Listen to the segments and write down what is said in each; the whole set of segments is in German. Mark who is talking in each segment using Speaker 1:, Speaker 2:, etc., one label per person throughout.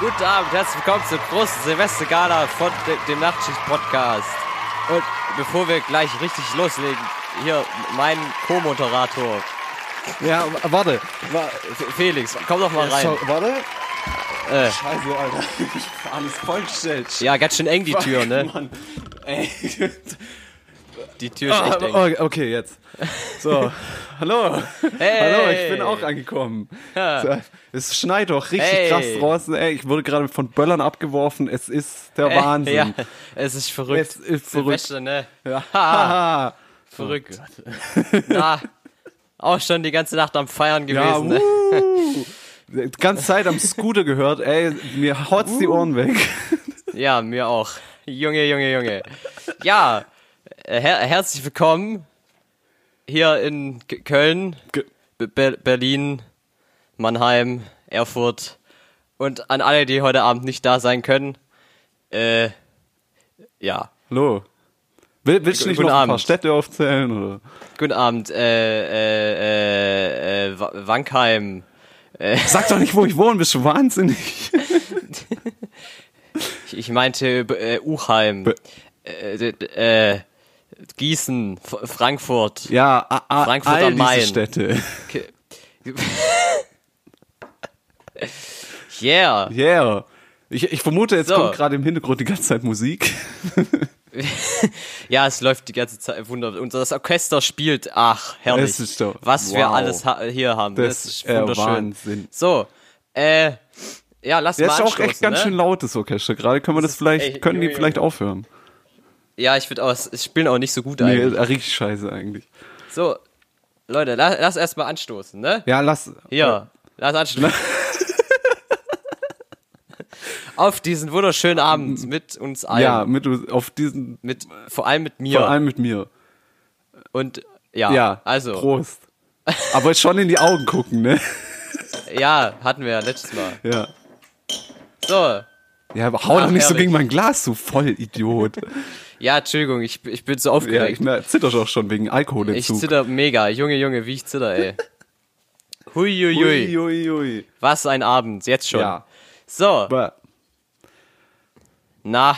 Speaker 1: Guten Abend, herzlich willkommen zur großen Silvestergala von de dem Nachtschicht-Podcast. Und bevor wir gleich richtig loslegen, hier mein Co-Moderator
Speaker 2: Ja, warte. Wa
Speaker 1: F- Felix, komm doch mal rein.
Speaker 2: So, warte.
Speaker 1: Äh.
Speaker 2: Scheiße, Alter. Ich hab alles vollgestellt.
Speaker 1: Ja, ganz schön eng die Tür, ne?
Speaker 2: Mann. Ey.
Speaker 1: Die Tür ist echt eng.
Speaker 2: Ah, okay, jetzt. So. Hallo.
Speaker 1: Hey.
Speaker 2: Hallo, ich bin auch angekommen. So, Es schneit doch richtig
Speaker 1: Hey.
Speaker 2: krass draußen. Ey, ich wurde gerade von Böllern abgeworfen. Es ist der Wahnsinn.
Speaker 1: Äh, Ja, es ist verrückt.
Speaker 2: Es ist verrückt. Oh
Speaker 1: Silvester, ne?
Speaker 2: Ja.
Speaker 1: Ha,
Speaker 2: Haha.
Speaker 1: verrückt. Na, auch schon die ganze Nacht am Feiern
Speaker 2: Ja,
Speaker 1: gewesen, ne?
Speaker 2: wuhu. Die ganze Zeit am Scooter gehört, ey, mir haut's die Ohren weg.
Speaker 1: Ja, mir auch. Junge, Junge, Junge. Ja, äh, her herzlich willkommen hier in K Köln,
Speaker 2: Ge-
Speaker 1: Be Be Berlin, Mannheim, Erfurt und an alle, die heute Abend nicht da sein können. Äh, ja,
Speaker 2: Hallo. Will, willst du
Speaker 1: Gu-
Speaker 2: nicht
Speaker 1: guten
Speaker 2: noch ein paar
Speaker 1: Abend.
Speaker 2: Städte aufzählen? Oder?
Speaker 1: guten Abend, äh, äh, äh, äh, Wa- Wankheim,
Speaker 2: Sag doch nicht, wo ich wohne, bist du wahnsinnig.
Speaker 1: ich, ich meinte äh, Uchheim,
Speaker 2: Be-
Speaker 1: äh, d- d- äh, Gießen, F Frankfurt.
Speaker 2: Ja, a, a,
Speaker 1: Frankfurt
Speaker 2: all
Speaker 1: am Main.
Speaker 2: diese Städte.
Speaker 1: Ke- yeah.
Speaker 2: Yeah. Ich, ich vermute, jetzt
Speaker 1: So.
Speaker 2: kommt gerade im Hintergrund die ganze Zeit Musik.
Speaker 1: Ja, es läuft die ganze Zeit wunderbar. Und das Orchester spielt, ach, herrlich.
Speaker 2: Das ist doch-
Speaker 1: was wir
Speaker 2: wow.
Speaker 1: alles ha hier haben. Das,
Speaker 2: Das
Speaker 1: ist
Speaker 2: ist, äh,
Speaker 1: wunderschön.
Speaker 2: Wahnsinn.
Speaker 1: So, äh, ja, lass
Speaker 2: Der
Speaker 1: mal
Speaker 2: ist auch
Speaker 1: anstoßen,
Speaker 2: echt ganz
Speaker 1: ne?
Speaker 2: schön laut, das Orchester. Gerade können wir das, vielleicht,
Speaker 1: ey,
Speaker 2: können die
Speaker 1: Junge,
Speaker 2: vielleicht aufhören.
Speaker 1: Ja, ich finde auch, es es spielen auch nicht so gut
Speaker 2: Nee,
Speaker 1: eigentlich.
Speaker 2: äh, richtig scheiße eigentlich.
Speaker 1: So, Leute, la lass erst mal anstoßen, ne?
Speaker 2: Ja, lass.
Speaker 1: Hier, lass anstoßen. Auf diesen wunderschönen Abend mit uns allen.
Speaker 2: Ja, mit, auf diesen,
Speaker 1: Mit, vor allem mit mir.
Speaker 2: vor allem mit mir.
Speaker 1: Und ja,
Speaker 2: Ja,
Speaker 1: also,
Speaker 2: Prost. Aber schon in die Augen gucken, ne?
Speaker 1: ja, hatten wir ja letztes Mal.
Speaker 2: Ja.
Speaker 1: So,
Speaker 2: Ja, aber hau
Speaker 1: Ach,
Speaker 2: doch nicht so
Speaker 1: herrlich.
Speaker 2: gegen mein Glas, du Vollidiot.
Speaker 1: ja, Entschuldigung, ich, ich bin so
Speaker 2: ja,
Speaker 1: aufgeregt.
Speaker 2: ich na, zitter doch schon wegen
Speaker 1: ich
Speaker 2: Alkoholentzug.
Speaker 1: zitter mega. Junge, Junge, wie ich zitter, ey. Huiuiui.
Speaker 2: Uiuiui.
Speaker 1: Was ein Abend, jetzt schon.
Speaker 2: Ja.
Speaker 1: So,
Speaker 2: Aber
Speaker 1: na,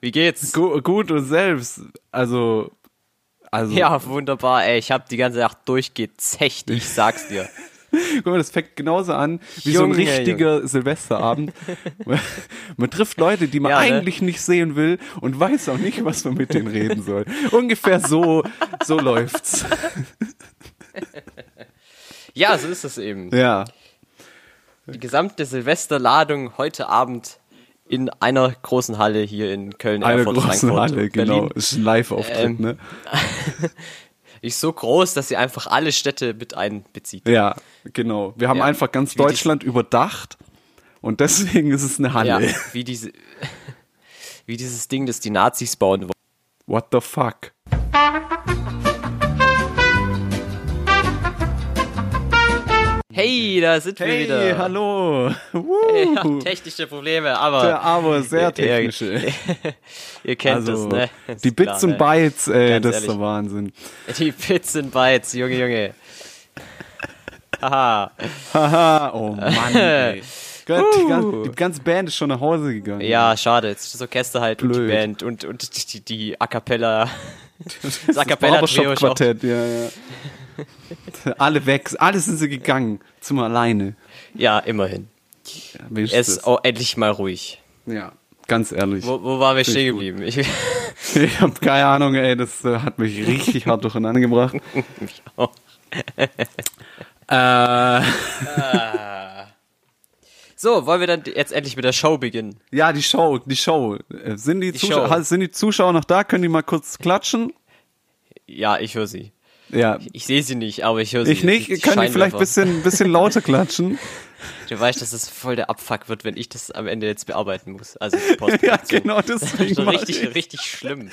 Speaker 1: wie geht's?
Speaker 2: gu gut und selbst, also, also,
Speaker 1: Ja, wunderbar, ey. Ich hab die ganze Nacht durchgezecht, ich sag's dir.
Speaker 2: guck mal, das fängt genauso an wie so ein
Speaker 1: Junge,
Speaker 2: richtiger Silvesterabend. man, man trifft Leute, die man
Speaker 1: Ja, ne?
Speaker 2: eigentlich nicht sehen will und weiß auch nicht, was man mit denen reden soll. Ungefähr so, so läuft's.
Speaker 1: Ja, so ist es eben.
Speaker 2: Ja,
Speaker 1: Die gesamte Silvesterladung heute Abend in einer großen Halle hier in Köln,
Speaker 2: eine
Speaker 1: Erfurt,
Speaker 2: große
Speaker 1: Frankfurt,
Speaker 2: Halle, genau.
Speaker 1: Berlin.
Speaker 2: Ist ein Live-Auftritt,
Speaker 1: Ähm,
Speaker 2: ne?
Speaker 1: Ist so groß, dass sie einfach alle Städte mit einbezieht.
Speaker 2: Ja, genau. Wir haben
Speaker 1: Ja,
Speaker 2: einfach ganz
Speaker 1: wie die-
Speaker 2: Deutschland überdacht und deswegen ist es eine
Speaker 1: Ja,
Speaker 2: Halle.
Speaker 1: wie diese wie dieses Ding, das die Nazis bauen wollen.
Speaker 2: What the fuck?
Speaker 1: Hey, da sind wir
Speaker 2: Hey,
Speaker 1: wieder.
Speaker 2: hallo.
Speaker 1: Ja,
Speaker 2: Woo.
Speaker 1: technische Probleme, aber
Speaker 2: Ja, aber sehr technische.
Speaker 1: ihr kennt
Speaker 2: also,
Speaker 1: es, ne? Ist
Speaker 2: die Bits
Speaker 1: klar,
Speaker 2: und
Speaker 1: ne?
Speaker 2: Bytes, ey,
Speaker 1: Ganz
Speaker 2: das ist
Speaker 1: ehrlich.
Speaker 2: der Wahnsinn.
Speaker 1: Die Bits und Bytes, Junge, Junge. Haha.
Speaker 2: Haha, oh Mann. Ey. Gott, die, ganze, die ganze Band ist schon nach Hause gegangen.
Speaker 1: Ja, schade. Jetzt ist das Orchester halt und
Speaker 2: Blöd.
Speaker 1: die Band und, und die, die A Cappella.
Speaker 2: das ist
Speaker 1: A
Speaker 2: das
Speaker 1: Cappella Trio ist auch-
Speaker 2: Barbershop-Quartett, ja, ja. Alle weg, alle sind sie gegangen, zum Alleine.
Speaker 1: Ja, immerhin.
Speaker 2: Ja, wie ist
Speaker 1: Es
Speaker 2: das?
Speaker 1: ist auch endlich mal ruhig.
Speaker 2: ja, ganz ehrlich.
Speaker 1: Wo, wo waren wir
Speaker 2: Finde
Speaker 1: stehen
Speaker 2: ich
Speaker 1: geblieben? Ich,
Speaker 2: Ich hab keine Ahnung, ey, das äh, hat mich richtig hart durcheinander gebracht.
Speaker 1: auch.
Speaker 2: Äh,
Speaker 1: so, wollen wir dann jetzt endlich mit der Show beginnen?
Speaker 2: ja, die Show, die Show. Äh, Sind die, Zuschauer,
Speaker 1: Show.
Speaker 2: ha- sind die Zuschauer noch da? Können die mal kurz klatschen?
Speaker 1: Ja, ich höre sie.
Speaker 2: Ja.
Speaker 1: Ich sehe sie nicht, aber ich höre sie.
Speaker 2: Ich nicht, können die vielleicht ein bisschen, bisschen lauter klatschen?
Speaker 1: Du weißt, dass es voll der Abfuck wird, wenn ich das am Ende jetzt bearbeiten muss. Also die
Speaker 2: ja,
Speaker 1: Postproduktion.
Speaker 2: genau,
Speaker 1: So
Speaker 2: deswegen. mach
Speaker 1: richtig,
Speaker 2: ich.
Speaker 1: richtig schlimm.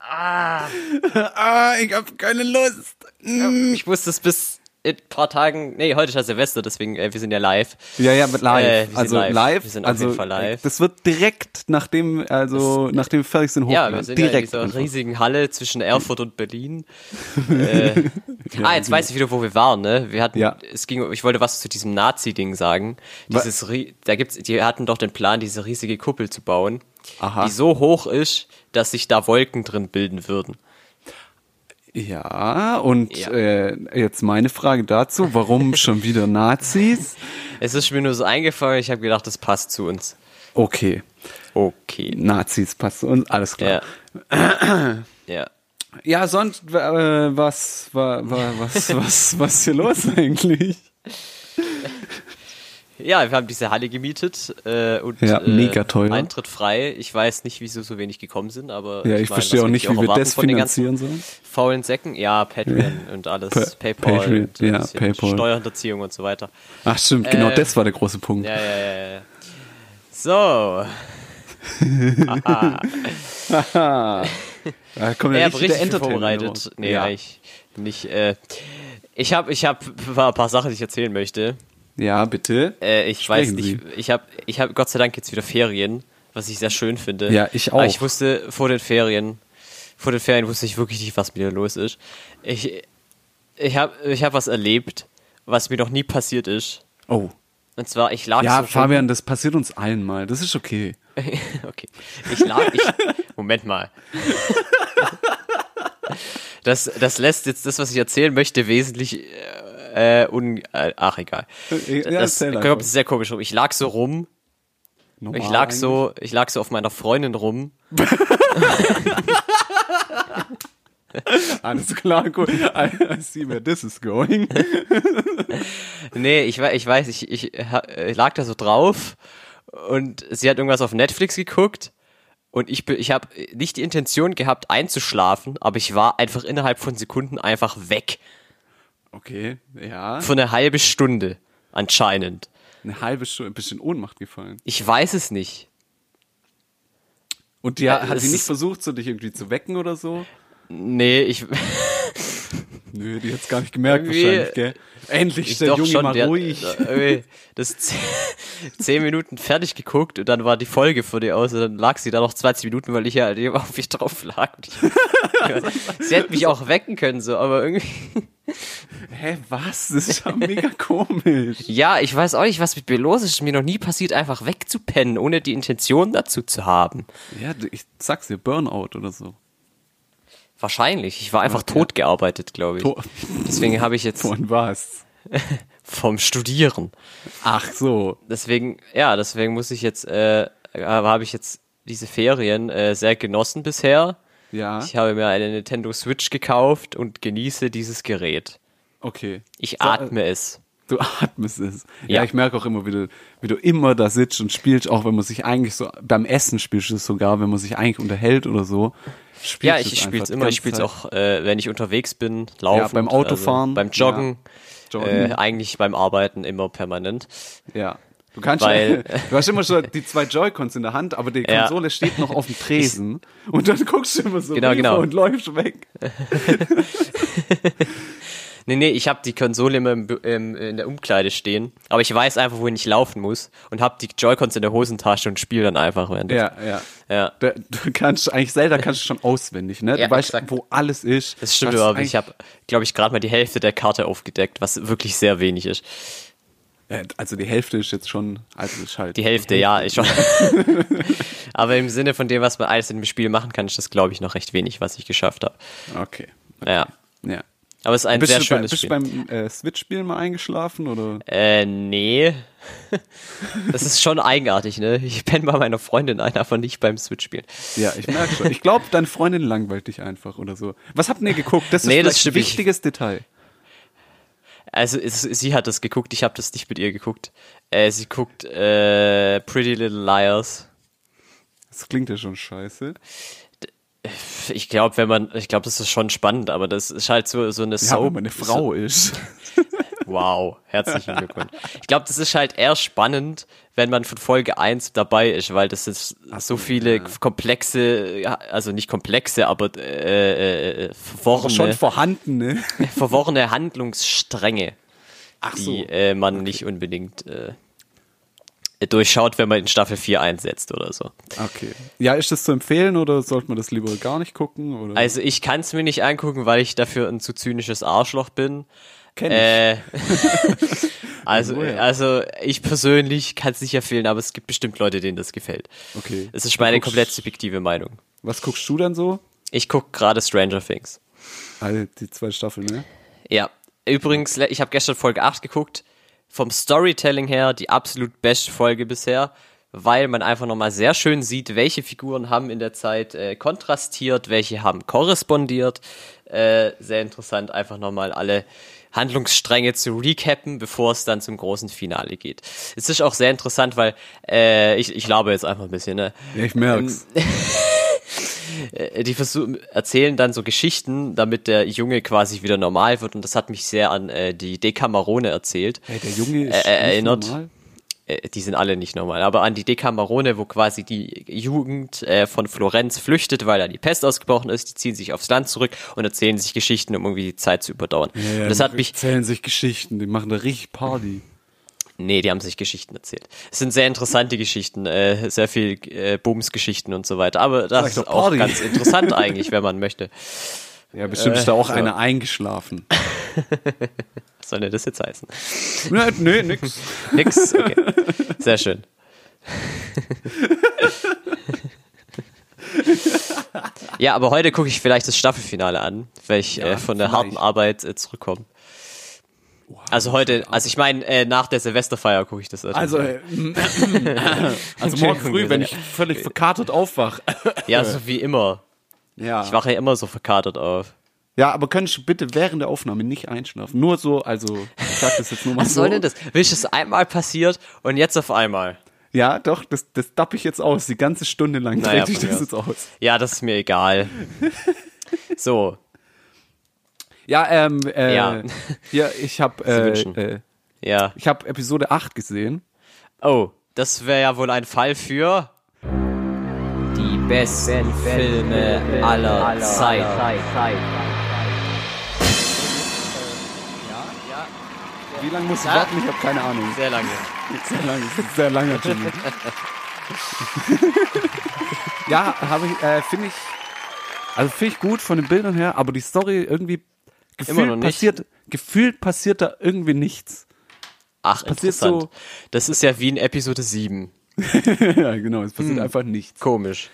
Speaker 2: Ah, ich hab keine Lust.
Speaker 1: Ich muss das bis in ein paar Tagen, nee, heute ist ja Silvester, deswegen, äh, wir sind ja live.
Speaker 2: Ja, ja, mit live.
Speaker 1: Äh, wir sind
Speaker 2: also
Speaker 1: live.
Speaker 2: live.
Speaker 1: Wir sind auf
Speaker 2: also,
Speaker 1: jeden Fall live.
Speaker 2: Das wird direkt nachdem, also nachdem wir fertig sind,
Speaker 1: Ja,
Speaker 2: hochgeladen.
Speaker 1: wir sind ja in
Speaker 2: direkt.
Speaker 1: dieser
Speaker 2: einfach.
Speaker 1: riesigen Halle zwischen Erfurt und Berlin. äh, ah, jetzt weiß ich wieder, wo wir waren, ne? Wir hatten,
Speaker 2: also Ja.
Speaker 1: es ging, ich wollte was zu diesem Nazi-Ding sagen.
Speaker 2: Wa-
Speaker 1: Dieses, ri- da gibt's, die hatten doch den Plan, diese riesige Kuppel zu bauen,
Speaker 2: Aha.
Speaker 1: die so hoch ist, dass sich da Wolken drin bilden würden.
Speaker 2: ja, und
Speaker 1: Ja.
Speaker 2: Äh, jetzt meine Frage dazu, warum schon wieder Nazis?
Speaker 1: Es ist mir nur so eingefallen, ich habe gedacht, das passt zu uns.
Speaker 2: Okay,
Speaker 1: Okay.
Speaker 2: Nazis passt zu uns, alles klar.
Speaker 1: Ja. ja.
Speaker 2: Ja, sonst äh, was, wa- wa- was, was, was ist hier los eigentlich?
Speaker 1: Ja, wir haben diese Halle gemietet äh, und
Speaker 2: Ja,
Speaker 1: äh,
Speaker 2: mega teuer.
Speaker 1: Eintritt frei. Ich weiß nicht, wieso so wenig gekommen sind, aber
Speaker 2: Ja, ich
Speaker 1: mein,
Speaker 2: verstehe
Speaker 1: was
Speaker 2: auch
Speaker 1: will
Speaker 2: nicht,
Speaker 1: ich
Speaker 2: wie wir
Speaker 1: erwarten
Speaker 2: das
Speaker 1: von den ganzen
Speaker 2: finanzieren sollen.
Speaker 1: Faulen Säcken, ja, Patreon und alles,
Speaker 2: Pa-
Speaker 1: PayPal,
Speaker 2: Patreon,
Speaker 1: und ein
Speaker 2: ja,
Speaker 1: bisschen
Speaker 2: PayPal.
Speaker 1: Steuerhinterziehung und so weiter.
Speaker 2: Ach stimmt, genau
Speaker 1: Äh,
Speaker 2: das war der große Punkt.
Speaker 1: Ja, ja, ja, ja. So,
Speaker 2: Ah. Da kommt
Speaker 1: er
Speaker 2: ja
Speaker 1: hat
Speaker 2: richtig der
Speaker 1: richtig viel
Speaker 2: Entertainer
Speaker 1: vorbereitet.
Speaker 2: raus.
Speaker 1: Nee,
Speaker 2: ja.
Speaker 1: eigentlich nicht. Äh, ich habe ich hab ein paar Sachen, die ich erzählen möchte.
Speaker 2: ja, bitte.
Speaker 1: Äh, ich
Speaker 2: Sprechen
Speaker 1: weiß nicht, ich habe ich hab Gott sei Dank jetzt wieder Ferien, was ich sehr schön finde.
Speaker 2: Ja, ich
Speaker 1: Aber
Speaker 2: auch.
Speaker 1: ich wusste vor den Ferien, vor den Ferien wusste ich wirklich nicht, was mit mir los ist. Ich, ich habe ich hab was erlebt, was mir noch nie passiert ist.
Speaker 2: Oh.
Speaker 1: Und zwar, ich lag
Speaker 2: Ja,
Speaker 1: so schön-
Speaker 2: Fabian, das passiert uns allen mal. Das ist okay.
Speaker 1: okay. Ich lag, ich, Moment mal. Das, das lässt jetzt das, was ich erzählen möchte, wesentlich äh, un... Äh, ach, egal.
Speaker 2: Ja,
Speaker 1: Das
Speaker 2: erzähl
Speaker 1: kommt
Speaker 2: einfach.
Speaker 1: sehr komisch rum. Ich lag so rum,
Speaker 2: Normal
Speaker 1: ich lag so, ich lag so auf meiner Freundin rum.
Speaker 2: eigentlich. Alles klar, gut. I I see where this is going.
Speaker 1: Nee, ich, wei- ich weiß, ich, ich, ha- äh, lag da so drauf und sie hat irgendwas auf Netflix geguckt und ich, bin- ich habe nicht die Intention gehabt einzuschlafen, aber ich war einfach innerhalb von Sekunden einfach weg.
Speaker 2: Okay, ja.
Speaker 1: Für eine halbe Stunde anscheinend.
Speaker 2: Eine halbe Stunde, ein bisschen Ohnmacht gefallen.
Speaker 1: Ich weiß es nicht.
Speaker 2: Und die, ha-
Speaker 1: Äh,
Speaker 2: hat
Speaker 1: es
Speaker 2: sie nicht
Speaker 1: ist-
Speaker 2: versucht, so dich irgendwie zu wecken oder so?
Speaker 1: Nee, ich,
Speaker 2: Nö, die hat's gar nicht gemerkt
Speaker 1: Irgendwie-
Speaker 2: wahrscheinlich, gell? Endlich
Speaker 1: ich
Speaker 2: ist der
Speaker 1: doch
Speaker 2: Junge
Speaker 1: schon.
Speaker 2: mal
Speaker 1: Der,
Speaker 2: ruhig.
Speaker 1: äh, irgendwie das zehn, zehn Minuten fertig geguckt und dann war die Folge vor dir aus und dann lag sie da noch 20 Minuten, weil ich ja halt eben auf mich drauf lag. Und ich, sie hätte mich auch wecken können, so, aber irgendwie.
Speaker 2: Hä, was? Das ist ja mega komisch.
Speaker 1: Ja, ich weiß auch nicht, was mit mir los ist. Ist Mir noch nie passiert, einfach wegzupennen, ohne die Intention dazu zu haben.
Speaker 2: Ja, du- ich sag's dir, Burnout oder so.
Speaker 1: Wahrscheinlich. Ich war einfach tot gearbeitet, glaube ich.
Speaker 2: To-
Speaker 1: Deswegen habe ich jetzt
Speaker 2: Von was?
Speaker 1: vom Studieren.
Speaker 2: Ach so.
Speaker 1: deswegen, ja, deswegen muss ich jetzt, äh, habe ich jetzt diese Ferien äh, sehr genossen bisher.
Speaker 2: Ja,
Speaker 1: Ich habe mir eine Nintendo Switch gekauft und genieße dieses Gerät.
Speaker 2: okay.
Speaker 1: Ich atme es.
Speaker 2: Du atmest es.
Speaker 1: Ja.
Speaker 2: Ja, ich merke auch immer, wie du, wie du immer da sitzt und spielst, auch wenn man sich eigentlich so, beim Essen spielst du es sogar, wenn man sich eigentlich unterhält oder so. Spielst
Speaker 1: Ja,
Speaker 2: du es
Speaker 1: ich
Speaker 2: einfach
Speaker 1: spiele
Speaker 2: halt.
Speaker 1: es
Speaker 2: die
Speaker 1: immer.
Speaker 2: ganze
Speaker 1: Ich spiele es
Speaker 2: Zeit.
Speaker 1: auch, äh, wenn ich unterwegs bin, laufen.
Speaker 2: beim Autofahren,
Speaker 1: beim Joggen.
Speaker 2: ja,
Speaker 1: Äh,
Speaker 2: Joggen.
Speaker 1: eigentlich beim Arbeiten immer permanent.
Speaker 2: Ja. Du kannst
Speaker 1: Weil-
Speaker 2: du hast immer schon die zwei Joy-Cons in der Hand, aber die
Speaker 1: Ja.
Speaker 2: Konsole steht noch auf dem Tresen und dann guckst du immer so
Speaker 1: Genau,
Speaker 2: rüber
Speaker 1: genau.
Speaker 2: und läufst weg.
Speaker 1: Nee, nee, ich habe die Konsole immer im, Bu- im, in der Umkleide stehen, aber ich weiß einfach, wohin ich laufen muss und habe die Joy-Cons in der Hosentasche und spiele dann einfach. während des-
Speaker 2: Ja, ja.
Speaker 1: ja.
Speaker 2: Da, du kannst eigentlich Zelda kannst du schon auswendig, ne? Du
Speaker 1: Ja,
Speaker 2: weißt,
Speaker 1: exakt.
Speaker 2: wo alles ist.
Speaker 1: Das stimmt
Speaker 2: Was
Speaker 1: aber, ich
Speaker 2: eigentlich-
Speaker 1: habe, glaube ich, gerade mal die Hälfte der Karte aufgedeckt, was wirklich sehr wenig ist.
Speaker 2: Äh, Also die Hälfte ist jetzt schon, also ist halt
Speaker 1: Die Hälfte, ja, ich schon. aber im Sinne von dem, was man alles in dem Spiel machen kann, ist das, glaube ich, noch recht wenig, was ich geschafft habe.
Speaker 2: Okay.
Speaker 1: Ja.
Speaker 2: Ja.
Speaker 1: Aber es ist ein
Speaker 2: Bist,
Speaker 1: sehr
Speaker 2: du, bei,
Speaker 1: schönes
Speaker 2: bist du
Speaker 1: Spiel.
Speaker 2: beim äh, Switch-Spielen mal eingeschlafen oder?
Speaker 1: Äh, nee. Das ist schon eigenartig, ne? Ich penne bei meiner Freundin ein, aber nicht beim Switch-Spielen.
Speaker 2: Ja, ich merke schon. Ich glaube, deine Freundin langweilt dich einfach oder so. Was habt ihr geguckt? Das ist
Speaker 1: Nee,
Speaker 2: nee,
Speaker 1: das
Speaker 2: das ein
Speaker 1: stimmt nicht.
Speaker 2: wichtiges Detail.
Speaker 1: Also, es, sie hat das geguckt, ich habe das nicht mit ihr geguckt. Äh, sie guckt äh, Pretty Little Liars.
Speaker 2: Das klingt ja schon scheiße.
Speaker 1: Ich glaube, wenn man, ich glaube, das ist schon spannend, aber das ist halt so, so eine
Speaker 2: Ja,
Speaker 1: Soap.
Speaker 2: wenn man eine Frau ist.
Speaker 1: Wow, herzlichen Glückwunsch. Ich glaube, das ist halt eher spannend, wenn man von Folge 1 dabei ist, weil das ist so viele komplexe, ja, also nicht komplexe, aber äh, äh, äh,
Speaker 2: Schon
Speaker 1: verworrene,
Speaker 2: vorhanden, ne?
Speaker 1: verworrene Handlungsstränge.
Speaker 2: Ach
Speaker 1: die
Speaker 2: so.
Speaker 1: äh, man nicht unbedingt äh, durchschaut, wenn man in Staffel 4 einsetzt oder so.
Speaker 2: Okay. Ja, ist das zu empfehlen oder sollte man das lieber gar nicht gucken? Oder?
Speaker 1: Also ich kann es mir nicht angucken, weil ich dafür ein zu zynisches Arschloch bin.
Speaker 2: Kenn ich.
Speaker 1: Äh, also,
Speaker 2: Woher?
Speaker 1: also ich persönlich kann es nicht empfehlen, aber es gibt bestimmt Leute, denen das gefällt.
Speaker 2: Okay.
Speaker 1: Es ist meine
Speaker 2: Du guckst-
Speaker 1: komplett subjektive Meinung.
Speaker 2: Was guckst du dann so?
Speaker 1: Ich gucke gerade Stranger Things.
Speaker 2: Alle die zwei Staffeln, ne?
Speaker 1: Ja. Übrigens, le- ich habe gestern Folge 8 geguckt. Vom Storytelling her die absolut beste Folge bisher, weil man einfach nochmal sehr schön sieht, welche Figuren haben in der Zeit äh, kontrastiert, welche haben korrespondiert. Äh, sehr interessant, einfach nochmal alle Handlungsstränge zu recappen, bevor es dann zum großen Finale geht. Es ist auch sehr interessant, weil äh, ich, ich laber jetzt einfach ein bisschen, ne?
Speaker 2: Ja, ich merk's.
Speaker 1: Äh, die versuchen, erzählen dann so Geschichten, damit der Junge quasi wieder normal wird. Und das hat mich sehr an äh, die Decamerone erzählt.
Speaker 2: Hey, der Junge ist
Speaker 1: Äh, äh,
Speaker 2: nicht
Speaker 1: erinnert.
Speaker 2: normal.
Speaker 1: Äh, die sind alle nicht normal, aber an die Decamerone, wo quasi die Jugend äh, von Florenz flüchtet, weil da die Pest ausgebrochen ist. Die ziehen sich aufs Land zurück und erzählen sich Geschichten, um irgendwie die Zeit zu überdauern. und das hat mich,
Speaker 2: Zählen sich Geschichten, die machen da richtig Party.
Speaker 1: Nee, die haben sich Geschichten erzählt. Es sind sehr interessante Geschichten, äh, sehr viel äh, Bums-Geschichten und so weiter. Aber das
Speaker 2: ich
Speaker 1: ist
Speaker 2: doch
Speaker 1: auch
Speaker 2: Party.
Speaker 1: ganz interessant eigentlich, wenn man möchte.
Speaker 2: Ja, bestimmt ist da auch
Speaker 1: so.
Speaker 2: einer eingeschlafen.
Speaker 1: Was soll denn das jetzt heißen?
Speaker 2: Nö, nö, Ne, nix.
Speaker 1: Nix? Okay. Sehr schön. ja, aber heute gucke ich vielleicht das Staffelfinale an, weil ich äh, von der harten
Speaker 2: vielleicht.
Speaker 1: Arbeit äh, zurückkomme. Also heute, also ich meine, äh, nach der Silvesterfeier gucke ich das an.
Speaker 2: Also, äh, also morgen früh, wenn ich völlig verkatert aufwache.
Speaker 1: ja, so wie immer.
Speaker 2: Ja.
Speaker 1: Ich wache ja immer so verkatert auf.
Speaker 2: ja, aber könntest du bitte während der Aufnahme nicht einschlafen? Nur so, also, ich sag das jetzt nur mal
Speaker 1: Was
Speaker 2: so.
Speaker 1: soll denn das? Wisch ist einmal passiert und jetzt auf einmal.
Speaker 2: Ja, doch, das, das dapp ich jetzt aus. Die ganze Stunde lang
Speaker 1: Naja,
Speaker 2: trete ich
Speaker 1: von
Speaker 2: das
Speaker 1: mir
Speaker 2: jetzt aus.
Speaker 1: Ja, das ist mir egal. So,
Speaker 2: Ja, ähm, äh,
Speaker 1: Ja.
Speaker 2: hier, ich habe äh,
Speaker 1: wünschen.
Speaker 2: äh,
Speaker 1: ja.
Speaker 2: ich hab Episode 8 gesehen.
Speaker 1: Oh, das wäre ja wohl ein Fall für die besten Filme aller Zeiten.
Speaker 2: Wie lange muss ich
Speaker 1: Ja.
Speaker 2: warten? Ich habe keine Ahnung.
Speaker 1: Sehr lange.
Speaker 2: Sehr lange, sehr langer Jingle. ja, habe ich, äh, finde ich, also finde ich gut von den Bildern her, aber die Story irgendwie gefühlt
Speaker 1: Immer noch nicht.
Speaker 2: passiert, gefühlt passiert da irgendwie nichts.
Speaker 1: Ach,
Speaker 2: Passiert
Speaker 1: interessant.
Speaker 2: so-
Speaker 1: Das ist ja wie in Episode 7.
Speaker 2: ja, genau, es passiert einfach nichts.
Speaker 1: Komisch.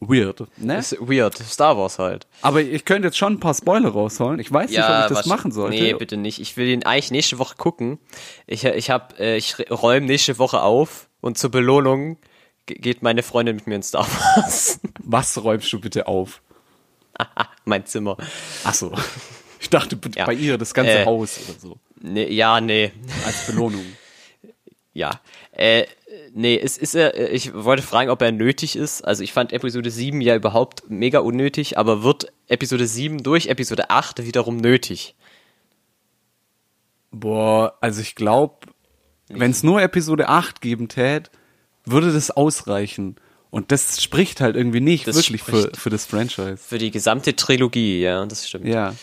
Speaker 2: Weird, ne?
Speaker 1: Ist weird. Star Wars halt.
Speaker 2: Aber ich könnte jetzt schon ein paar Spoiler rausholen. Ich weiß nicht, ob ich das machen sollte.
Speaker 1: Nee, bitte nicht. Ich will ihn eigentlich nächste Woche gucken. Ich, ich, hab, äh, ich räume nächste Woche auf und zur Belohnung ge- geht meine Freundin mit mir in Star Wars.
Speaker 2: Was räumst du bitte auf?
Speaker 1: mein Zimmer.
Speaker 2: Ach so. Ich dachte b-
Speaker 1: Ja.
Speaker 2: bei ihr das ganze
Speaker 1: Äh.
Speaker 2: Haus oder so.
Speaker 1: Nee, ja, nee.
Speaker 2: Als Belohnung.
Speaker 1: Ja. Äh, nee, es ist er. äh, Ich wollte fragen, ob er nötig ist. Also ich fand Episode 7 ja überhaupt mega unnötig, aber wird Episode 7 durch Episode 8 wiederum nötig?
Speaker 2: Boah, also ich glaube, wenn es nur Episode 8 geben tät, würde das ausreichen. Und das spricht halt irgendwie nicht
Speaker 1: Das
Speaker 2: wirklich für,
Speaker 1: spricht-
Speaker 2: für das Franchise.
Speaker 1: Für die gesamte Trilogie, ja, das stimmt.
Speaker 2: Ja.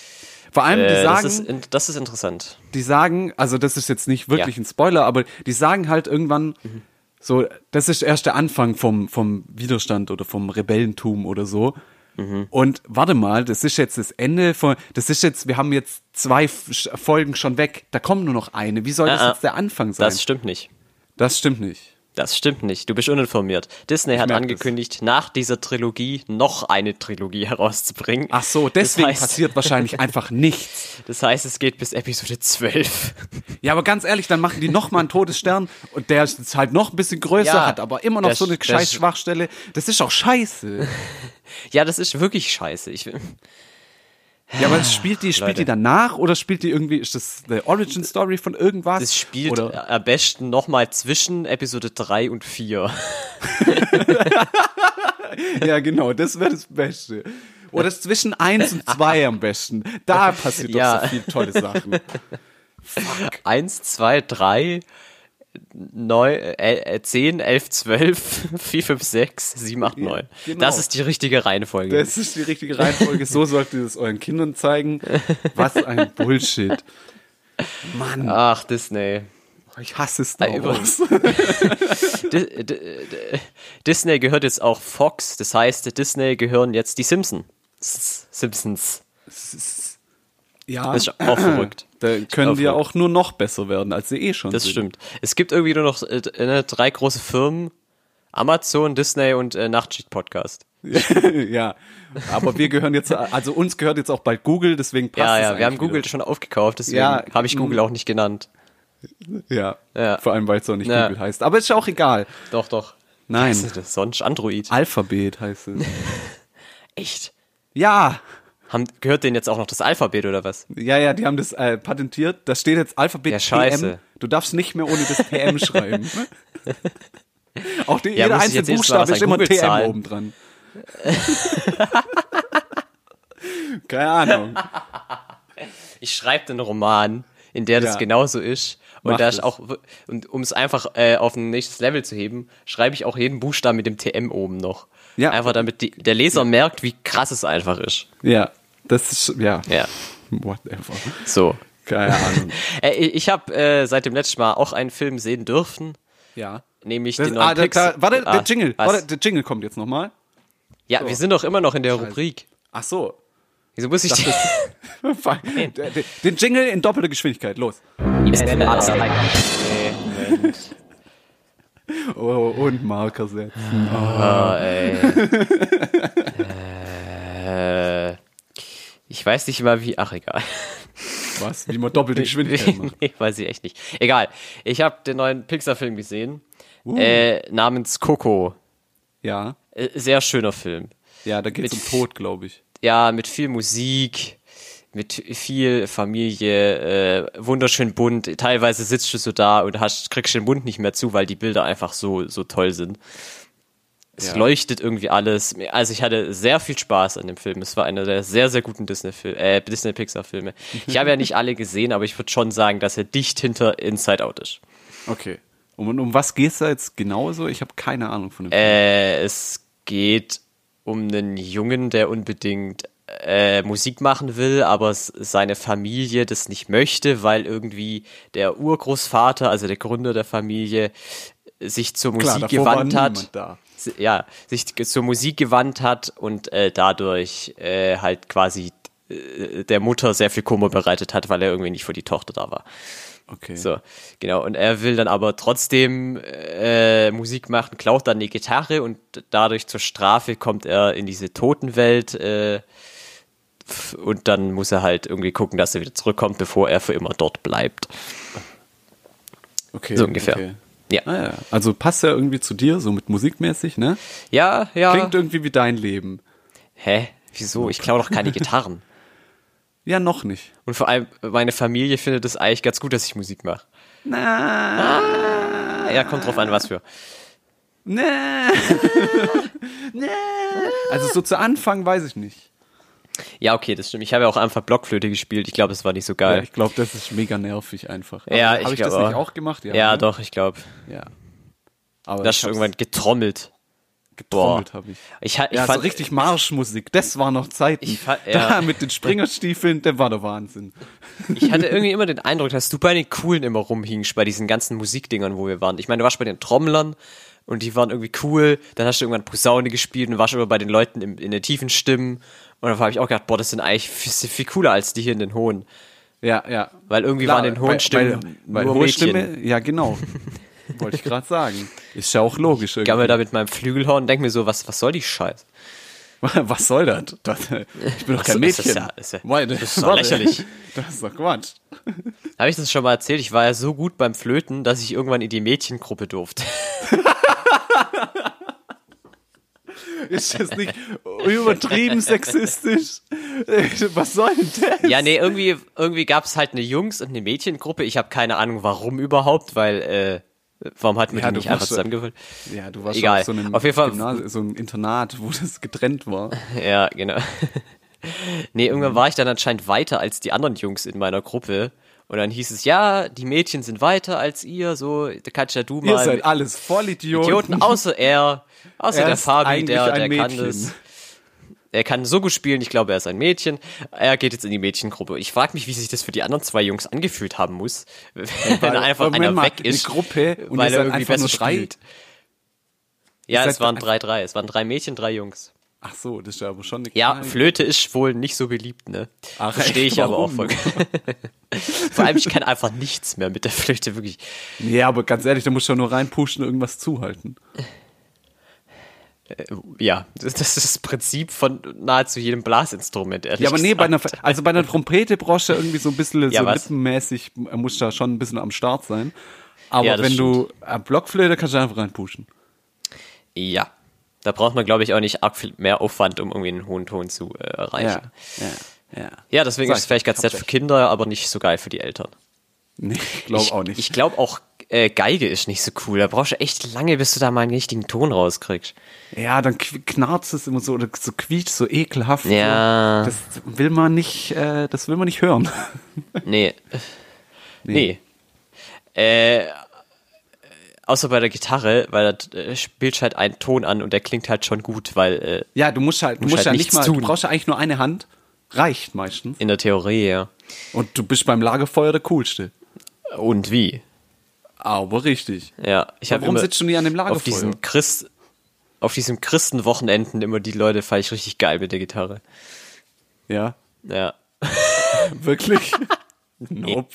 Speaker 2: Vor allem, die
Speaker 1: Äh, das,
Speaker 2: sagen,
Speaker 1: ist, in- das ist interessant.
Speaker 2: die sagen, also das ist jetzt nicht wirklich
Speaker 1: Ja.
Speaker 2: ein Spoiler, aber die sagen halt irgendwann, so, das ist erst der Anfang vom, vom Widerstand oder vom Rebellentum oder so. Und warte mal, das ist jetzt das Ende von, das ist jetzt, wir haben jetzt zwei F- Sch- Folgen schon weg, da kommt nur noch eine. Wie soll das
Speaker 1: Ah, ah.
Speaker 2: jetzt der Anfang sein?
Speaker 1: Das stimmt nicht.
Speaker 2: das stimmt nicht.
Speaker 1: Das stimmt nicht. Du bist uninformiert. Disney hat
Speaker 2: merk
Speaker 1: angekündigt, nach dieser Trilogie noch eine Trilogie herauszubringen.
Speaker 2: Ach so, deswegen
Speaker 1: das heißt,
Speaker 2: passiert wahrscheinlich einfach nichts.
Speaker 1: Das heißt, es geht bis Episode 12.
Speaker 2: Ja, aber ganz ehrlich, dann machen die nochmal einen Todesstern und der ist jetzt halt noch ein bisschen größer,
Speaker 1: Ja,
Speaker 2: hat aber immer noch
Speaker 1: das-
Speaker 2: so eine
Speaker 1: das-
Speaker 2: scheiß Schwachstelle. Das ist auch scheiße.
Speaker 1: Ja, das ist wirklich scheiße. Ich,
Speaker 2: Ja, aber spielt die, spielt
Speaker 1: Leute.
Speaker 2: die danach oder spielt die irgendwie, ist das die Origin Story von irgendwas?
Speaker 1: das spielt
Speaker 2: Oder,
Speaker 1: am besten nochmal zwischen Episode 3 und 4.
Speaker 2: ja, genau, das wäre das Beste. Oder zwischen 1 und 2 am besten. Da passiert
Speaker 1: Ja.
Speaker 2: doch so viel tolle Sachen.
Speaker 1: 1, 2, 3, 9, äh, äh, 10, 11, 12, 4, 5, 6, 7, 8, 9.
Speaker 2: genau.
Speaker 1: Das ist die richtige Reihenfolge.
Speaker 2: Das ist die richtige Reihenfolge. So solltet ihr es euren Kindern zeigen. Was ein Bullshit. Mann,
Speaker 1: Ach, Disney.
Speaker 2: ich hasse Star
Speaker 1: Ah,
Speaker 2: Wars.
Speaker 1: übrigens. Di D D Disney gehört jetzt auch Fox, das heißt, Disney gehören jetzt die Simpsons. S- Simpsons.
Speaker 2: Ja,
Speaker 1: Das ist auch verrückt.
Speaker 2: da können wir
Speaker 1: Erfolg.
Speaker 2: auch nur noch besser werden, als sie eh schon
Speaker 1: Das
Speaker 2: sind.
Speaker 1: stimmt. Es gibt irgendwie nur noch äh, d- äh, drei große Firmen: Amazon, Disney und äh, Nachtschicht Podcast.
Speaker 2: ja, aber wir gehören jetzt, also uns gehört jetzt auch bald Google, deswegen passt
Speaker 1: Ja,
Speaker 2: es
Speaker 1: ja, wir haben
Speaker 2: eigentlich
Speaker 1: Google schon aufgekauft, deswegen
Speaker 2: Ja,
Speaker 1: habe ich
Speaker 2: mm.
Speaker 1: Google auch nicht genannt.
Speaker 2: wieder. Ja,
Speaker 1: Ja.
Speaker 2: vor allem, weil es auch nicht
Speaker 1: Ja.
Speaker 2: Google heißt. Aber ist ja auch egal.
Speaker 1: Doch, doch.
Speaker 2: Nein.
Speaker 1: Was ist das? Sonst Android.
Speaker 2: Alphabet heißt es.
Speaker 1: Echt?
Speaker 2: ja,
Speaker 1: Haben, gehört denen jetzt auch noch das Alphabet oder was?
Speaker 2: ja, ja, die haben das äh, patentiert. Da steht jetzt Alphabet
Speaker 1: Ja, scheiße.
Speaker 2: PM. Du darfst nicht mehr ohne das PM schreiben. ne? Auch die, jeder
Speaker 1: muss ich jetzt
Speaker 2: einzelne
Speaker 1: jedes Mal was
Speaker 2: Buchstabe ist
Speaker 1: an
Speaker 2: immer
Speaker 1: Google
Speaker 2: TM
Speaker 1: zahlen?
Speaker 2: oben dran. Keine Ahnung.
Speaker 1: Ich schreibe einen Roman, in der das
Speaker 2: Ja.
Speaker 1: genauso ist. Und
Speaker 2: Mach
Speaker 1: da ist
Speaker 2: das.
Speaker 1: auch, w- und um es einfach äh, auf ein nächstes Level zu heben, schreibe ich auch jeden Buchstaben mit dem TM oben noch.
Speaker 2: Ja.
Speaker 1: Einfach damit die, der Leser merkt, wie krass es einfach ist.
Speaker 2: Ja, das ist, ja.
Speaker 1: Ja.
Speaker 2: Whatever.
Speaker 1: So.
Speaker 2: Keine Ahnung.
Speaker 1: Äh, ich ich habe äh, seit dem letzten Mal auch einen Film sehen dürfen,
Speaker 2: ja.
Speaker 1: nämlich
Speaker 2: Das,
Speaker 1: den neuen
Speaker 2: ah, da,
Speaker 1: Pixar.
Speaker 2: da, warte,
Speaker 1: Ah,
Speaker 2: der Jingle.
Speaker 1: was?
Speaker 2: Warte, der Jingle kommt jetzt nochmal.
Speaker 1: ja, wir sind doch immer noch in der Rubrik.
Speaker 2: Ach so.
Speaker 1: Wieso muss ich die?
Speaker 2: Fuck. Der- der- Den Jingle in doppelter Geschwindigkeit. Los. Oh, und Marker setzen.
Speaker 1: äh, ich weiß nicht mal wie. Ach egal.
Speaker 2: Was? Wie man doppelte Geschwindigkeit macht.
Speaker 1: nee, weiß ich echt nicht. Egal. Ich habe den neuen Pixar-Film gesehen äh, namens Coco.
Speaker 2: Ja.
Speaker 1: Äh, sehr schöner Film.
Speaker 2: Ja, da geht's um Tod, glaube ich.
Speaker 1: ja, mit viel Musik, mit viel Familie, äh, wunderschön bunt. Teilweise sitzt du so da und hast, kriegst den Mund nicht mehr zu, weil die Bilder einfach so, so toll sind. Es
Speaker 2: Ja.
Speaker 1: leuchtet irgendwie alles. Also ich hatte sehr viel Spaß an dem Film. Es war einer der sehr, sehr guten Disney-Filme, äh, Disney-Pixar-Filme. Ich habe ja nicht alle gesehen, aber ich würde schon sagen, dass er dicht hinter Inside Out ist.
Speaker 2: Okay. Und um, um was geht's da jetzt genau so? Ich habe keine Ahnung von dem.
Speaker 1: Äh, es geht um einen Jungen, der unbedingt äh, Musik machen will, aber s- seine Familie das nicht möchte, weil irgendwie der Urgroßvater, also der Gründer der Familie, sich zur
Speaker 2: Klar,
Speaker 1: Musik
Speaker 2: davor war
Speaker 1: gewandt hat.
Speaker 2: niemand da.
Speaker 1: Si- Ja, sich ge- zur Musik gewandt hat und äh, dadurch äh, halt quasi äh, der Mutter sehr viel Kummer bereitet hat, weil er irgendwie nicht für die Tochter da war.
Speaker 2: Okay.
Speaker 1: So, genau. Und er will dann aber trotzdem äh, Musik machen, klaut dann die Gitarre und dadurch zur Strafe kommt er in diese Totenwelt äh, f- und dann muss er halt irgendwie gucken, dass er wieder zurückkommt, bevor er für immer dort bleibt.
Speaker 2: okay.
Speaker 1: So ungefähr.
Speaker 2: Okay.
Speaker 1: Ja.
Speaker 2: Ah, ja. Also passt ja irgendwie zu dir, so mit musikmäßig, ne?
Speaker 1: Ja, ja.
Speaker 2: Klingt irgendwie wie dein Leben.
Speaker 1: Hä? Wieso? Ich klaue doch keine Gitarren.
Speaker 2: Ja, noch nicht.
Speaker 1: Und vor allem, meine Familie findet es eigentlich ganz gut, dass ich Musik mache. Ah,
Speaker 2: Na.
Speaker 1: Ja, kommt drauf an, was für.
Speaker 2: Na. Na. Also so zu Anfang weiß ich nicht.
Speaker 1: Ja, okay, das stimmt. Ich habe ja auch einfach Blockflöte gespielt. Ich glaube, das war nicht so
Speaker 2: Ja,
Speaker 1: geil.
Speaker 2: ich glaube, das ist mega nervig einfach.
Speaker 1: Äh. Ja,
Speaker 2: Habe ich das
Speaker 1: glaub
Speaker 2: nicht auch gemacht?
Speaker 1: Ja,
Speaker 2: ne?
Speaker 1: doch, ich glaube.
Speaker 2: Ja. Aber
Speaker 1: Das
Speaker 2: ich
Speaker 1: ist
Speaker 2: hab's
Speaker 1: irgendwann getrommelt.
Speaker 2: getrommelt,
Speaker 1: Boah.
Speaker 2: habe ich.
Speaker 1: Ich, ha- ich
Speaker 2: ja,
Speaker 1: fand
Speaker 2: so richtig Marschmusik, das war noch Zeiten.
Speaker 1: Ich fa- ja.
Speaker 2: Da mit den Springerstiefeln, der war der Wahnsinn.
Speaker 1: Ich hatte irgendwie immer den Eindruck, dass du bei den Coolen immer rumhingst, bei diesen ganzen Musikdingern, wo wir waren. Ich meine, du warst bei den Trommlern und die waren irgendwie cool. Dann hast du irgendwann Posaune gespielt und warst immer bei den Leuten im, in den tiefen Stimmen. Und dann habe ich auch gedacht, boah, das sind eigentlich viel, viel cooler als die hier in den hohen.
Speaker 2: Ja, ja.
Speaker 1: Weil irgendwie waren in hohen
Speaker 2: weil-
Speaker 1: Stimmen
Speaker 2: weil, weil
Speaker 1: nur
Speaker 2: hohe
Speaker 1: Mädchen.
Speaker 2: Stimme, ja genau. Wollte ich gerade sagen. Ist ja auch logisch
Speaker 1: Ich gammel
Speaker 2: irgendwie.
Speaker 1: da mit meinem Flügelhorn und denk mir so, was, was soll die Scheiße?
Speaker 2: Was soll das? das? Ich bin doch
Speaker 1: Ach so,
Speaker 2: kein
Speaker 1: ist das
Speaker 2: Mädchen.
Speaker 1: ja- ist ja-
Speaker 2: Meine-
Speaker 1: das ist doch
Speaker 2: warte.
Speaker 1: lächerlich.
Speaker 2: Das ist doch Quatsch.
Speaker 1: Habe ich das schon mal erzählt? Ich war ja so gut beim Flöten, dass ich irgendwann in die Mädchengruppe durfte.
Speaker 2: Ist das nicht übertrieben sexistisch? Was soll denn das?
Speaker 1: Ja, nee, irgendwie, irgendwie gab's halt eine Jungs- und eine Mädchengruppe. Ich habe keine Ahnung, warum überhaupt, weil, äh, warum hat man
Speaker 2: Ja,
Speaker 1: die
Speaker 2: du äh,
Speaker 1: nicht einfach
Speaker 2: warst-
Speaker 1: zusammengefüllt?
Speaker 2: Ja, du warst
Speaker 1: Egal.
Speaker 2: auf so einem
Speaker 1: Auf jeden Fall-
Speaker 2: Gymnasium- so einem Internat, wo das getrennt war.
Speaker 1: Ja, genau. nee, irgendwann
Speaker 2: Mhm.
Speaker 1: war ich dann anscheinend weiter als die anderen Jungs in meiner Gruppe. Und dann hieß es, ja, die Mädchen sind weiter als ihr, so, da kannst ja du mal.
Speaker 2: Ihr seid alles Vollidioten.
Speaker 1: Idioten, außer er, außer
Speaker 2: Er
Speaker 1: der
Speaker 2: ist
Speaker 1: Fabi,
Speaker 2: eigentlich
Speaker 1: der,
Speaker 2: ein
Speaker 1: der kann
Speaker 2: Mädchen.
Speaker 1: das. er kann so gut spielen, ich glaube, er ist ein Mädchen. Er geht jetzt in die Mädchengruppe. Ich frage mich, wie sich das für die anderen zwei Jungs angefühlt haben muss, wenn
Speaker 2: Weil
Speaker 1: einfach
Speaker 2: irgendwann
Speaker 1: einer
Speaker 2: mal
Speaker 1: weg
Speaker 2: eine
Speaker 1: ist,
Speaker 2: Gruppe und
Speaker 1: weil
Speaker 2: ihr
Speaker 1: er
Speaker 2: seid
Speaker 1: irgendwie
Speaker 2: einfach
Speaker 1: besser
Speaker 2: nur
Speaker 1: schreit.
Speaker 2: spielt.
Speaker 1: Ja,
Speaker 2: Ihr
Speaker 1: es
Speaker 2: seid
Speaker 1: waren
Speaker 2: ein-
Speaker 1: drei, drei. Es waren drei Mädchen, drei Jungs.
Speaker 2: Ach so, das ist ja aber schon eine
Speaker 1: Ja,
Speaker 2: kleine-
Speaker 1: Flöte ist wohl nicht so beliebt, ne?
Speaker 2: Ach,
Speaker 1: Verstehe
Speaker 2: echt?
Speaker 1: ich aber auch
Speaker 2: Warum?
Speaker 1: voll. Vor allem, ich kann einfach nichts mehr mit der Flöte, wirklich.
Speaker 2: Nee, aber ganz ehrlich, da musst du ja nur reinpushen, irgendwas zuhalten.
Speaker 1: Äh, Ja, das das ist das Prinzip von nahezu jedem Blasinstrument, ehrlich
Speaker 2: Ja, aber nee,
Speaker 1: gesagt.
Speaker 2: bei einer, also bei einer Trompete brauchst du ja irgendwie so ein bisschen
Speaker 1: Ja,
Speaker 2: so
Speaker 1: was?
Speaker 2: lippenmäßig, äh, musst du da schon ein bisschen am Start sein. Aber
Speaker 1: Ja, das
Speaker 2: wenn du äh, Blockflöte kannst du einfach reinpushen.
Speaker 1: Ja. Da braucht man, glaube ich, auch nicht arg viel mehr Aufwand, um irgendwie einen hohen Ton zu äh, erreichen.
Speaker 2: ja, ja.
Speaker 1: Ja, deswegen
Speaker 2: Sag
Speaker 1: ist es
Speaker 2: ich,
Speaker 1: vielleicht ganz
Speaker 2: hab
Speaker 1: nett
Speaker 2: recht.
Speaker 1: für Kinder, aber nicht so geil für die Eltern.
Speaker 2: Nee, ich glaube auch nicht.
Speaker 1: Ich glaube auch, äh, Geige ist nicht so cool. Da brauchst du echt lange, bis du da mal einen richtigen Ton rauskriegst.
Speaker 2: ja, dann qu- knarzt es immer so oder so quietscht, so ekelhaft.
Speaker 1: Ja.
Speaker 2: So. Das will man nicht, äh, das will man nicht hören.
Speaker 1: Nee. Nee. Äh, außer bei der Gitarre, weil da äh, spielst halt einen Ton an und der klingt halt schon gut, weil äh,
Speaker 2: Ja, du musst halt, du
Speaker 1: Musst
Speaker 2: musst
Speaker 1: halt
Speaker 2: ja nicht
Speaker 1: nichts
Speaker 2: mal,
Speaker 1: tun.
Speaker 2: du brauchst ja eigentlich nur eine Hand. Reicht meistens.
Speaker 1: in der Theorie, ja.
Speaker 2: Und du bist beim Lagerfeuer der Coolste.
Speaker 1: Und wie?
Speaker 2: Aber richtig.
Speaker 1: Ja, ich habe
Speaker 2: Warum
Speaker 1: immer
Speaker 2: sitzt du nie an dem Lagerfeuer?
Speaker 1: auf diesen Christ auf diesen Christenwochenenden immer die Leute fand ich richtig geil mit der Gitarre.
Speaker 2: Ja,
Speaker 1: Ja.
Speaker 2: wirklich. nope.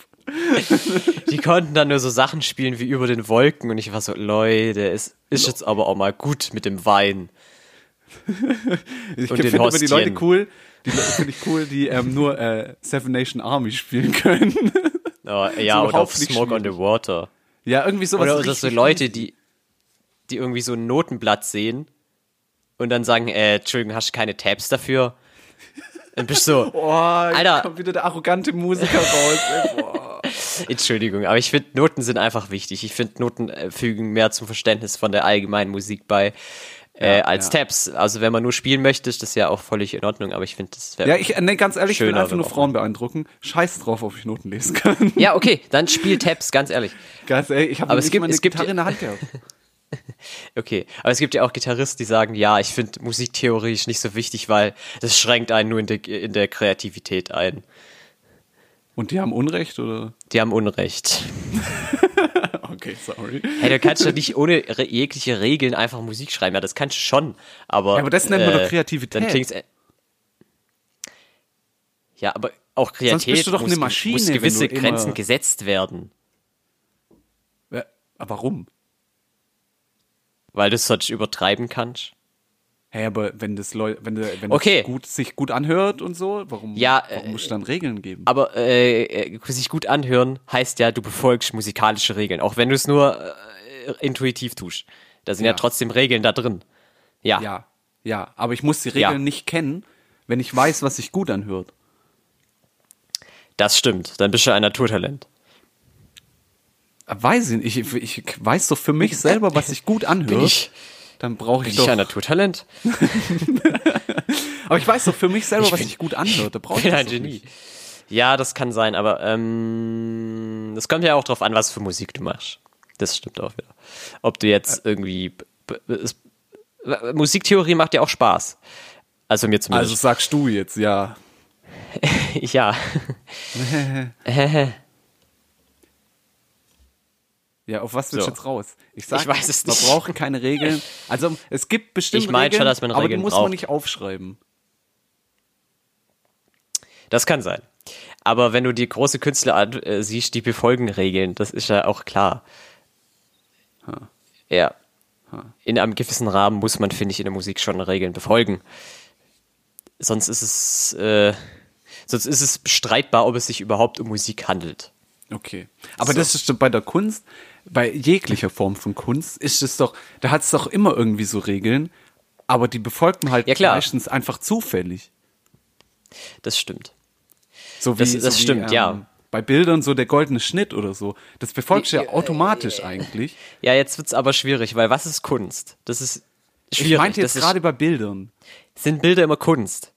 Speaker 1: Die konnten dann nur so Sachen spielen wie über den Wolken und ich war so, Leute, es ist jetzt aber auch mal gut mit dem Wein.
Speaker 2: Ich
Speaker 1: Und den
Speaker 2: finde immer die
Speaker 1: Horstien.
Speaker 2: Leute cool, die Leute finde ich cool, die ähm, nur äh, Seven Nation Army spielen können.
Speaker 1: Oh, ja,
Speaker 2: So
Speaker 1: oder auf
Speaker 2: überhaupt nicht
Speaker 1: Smoke on the Water.
Speaker 2: ja, irgendwie sowas.
Speaker 1: Oder, oder
Speaker 2: richtig
Speaker 1: so Leute, die, die irgendwie so ein Notenblatt sehen und dann sagen, äh, Entschuldigung, hast du keine Tabs dafür? Dann bist du so,
Speaker 2: Oh, Alter.
Speaker 1: Alter.
Speaker 2: kommt wieder der arrogante Musiker raus. ey, boah.
Speaker 1: Entschuldigung, aber ich finde, Noten sind einfach wichtig. Ich finde, Noten äh, fügen mehr zum Verständnis von der allgemeinen Musik bei. Äh, als
Speaker 2: ja.
Speaker 1: Tabs. Also wenn man nur spielen möchte, ist das ja auch völlig in Ordnung, aber ich finde, das wäre.
Speaker 2: Ja, ich, äh, nee, ganz ehrlich, ich will
Speaker 1: Schöner
Speaker 2: einfach nur
Speaker 1: Rauch.
Speaker 2: Frauen beeindrucken. Scheiß drauf, ob ich Noten lesen kann.
Speaker 1: ja, okay, dann spiel Tabs, ganz ehrlich.
Speaker 2: Ganz ehrlich, ich habe
Speaker 1: Aber
Speaker 2: nicht
Speaker 1: es gibt-
Speaker 2: mal eine
Speaker 1: es gibt-
Speaker 2: Gitarre in der Hand gehabt.
Speaker 1: Okay, aber es gibt ja auch Gitarristen, die sagen, ja, ich finde Musiktheorie ist nicht so wichtig, weil das schränkt einen nur in der, in der Kreativität ein.
Speaker 2: Und die haben Unrecht, oder?
Speaker 1: Die haben Unrecht.
Speaker 2: Okay, sorry.
Speaker 1: Hey, da kannst du nicht ohne re jegliche Regeln einfach Musik schreiben. Ja, das kannst du schon, aber.
Speaker 2: Ja, aber das nennt man doch Kreativität.
Speaker 1: Dann klingt's. Äh, ja, aber auch Kreativität
Speaker 2: bist du doch
Speaker 1: muss,
Speaker 2: eine
Speaker 1: ge-
Speaker 2: Maschine,
Speaker 1: muss
Speaker 2: wenn
Speaker 1: gewisse
Speaker 2: du immer-
Speaker 1: Grenzen gesetzt werden,
Speaker 2: Ja, Äh, aber warum?
Speaker 1: weil du es sonst übertreiben kannst.
Speaker 2: Hey, aber wenn das Leu wenn, der, wenn
Speaker 1: Okay.
Speaker 2: das gut, sich gut anhört und so, warum,
Speaker 1: Ja,
Speaker 2: warum
Speaker 1: äh,
Speaker 2: muss dann Regeln geben?
Speaker 1: Aber äh, äh, sich gut anhören heißt ja, du befolgst musikalische Regeln, auch wenn du es nur äh, intuitiv tust. Da sind ja.
Speaker 2: Ja.
Speaker 1: trotzdem Regeln da drin. Ja.
Speaker 2: Ja, ja, aber ich muss die Regeln
Speaker 1: Ja.
Speaker 2: nicht kennen, wenn ich weiß, was sich gut anhört.
Speaker 1: das stimmt. Dann bist du ein Naturtalent.
Speaker 2: Äh, Weiß ich nicht, ich, ich weiß doch für mich selber, was sich gut anhört.
Speaker 1: Bin ich,
Speaker 2: dann brauche ich
Speaker 1: bin ich ein
Speaker 2: doch.
Speaker 1: Naturtalent?
Speaker 2: aber ich weiß doch für mich selber, was
Speaker 1: bin-
Speaker 2: sich gut anhört. Da brauche ich
Speaker 1: bin
Speaker 2: Oh, das
Speaker 1: ein
Speaker 2: doch
Speaker 1: Genie.
Speaker 2: nicht.
Speaker 1: Ja, das kann sein, aber ähm, das kommt ja auch drauf an, was für Musik du machst. Das stimmt auch wieder. Ob du jetzt irgendwie b- b- es- w- Musiktheorie macht ja auch Spaß. Also mir
Speaker 2: Also
Speaker 1: zumindest.
Speaker 2: sagst du jetzt, ja. Also
Speaker 1: ja.
Speaker 2: Ja, auf was willst
Speaker 1: So.
Speaker 2: du jetzt raus? Ich sag,
Speaker 1: Ich weiß es nicht.
Speaker 2: man braucht keine Regeln. Also es gibt bestimmt
Speaker 1: Ich mein
Speaker 2: Regeln,
Speaker 1: schon, dass man
Speaker 2: aber die
Speaker 1: Regeln
Speaker 2: muss
Speaker 1: braucht.
Speaker 2: man nicht aufschreiben.
Speaker 1: Das kann sein. Aber wenn du die große Künstler an, äh, siehst, die befolgen Regeln, das ist ja auch klar. Ja. In einem gewissen Rahmen muss man, finde ich, in der Musik schon Regeln befolgen. Sonst ist es, äh, sonst ist es streitbar, ob es sich überhaupt um Musik handelt.
Speaker 2: Okay. Aber
Speaker 1: So.
Speaker 2: das ist doch bei der Kunst, bei jeglicher Form von Kunst, ist es doch, da hat es doch immer irgendwie so Regeln, aber die befolgt man halt
Speaker 1: Ja, klar.
Speaker 2: meistens einfach zufällig.
Speaker 1: Das stimmt.
Speaker 2: So wie,
Speaker 1: Das- das
Speaker 2: so wie, ähm,
Speaker 1: stimmt, ja.
Speaker 2: Bei Bildern so der goldene Schnitt oder so. Das befolgt ja
Speaker 1: Äh,
Speaker 2: automatisch eigentlich.
Speaker 1: Ja, jetzt wird's aber schwierig, weil was ist Kunst? Das ist schwierig.
Speaker 2: Ich meinte
Speaker 1: das
Speaker 2: jetzt
Speaker 1: ist-
Speaker 2: gerade bei Bildern.
Speaker 1: sind Bilder immer Kunst?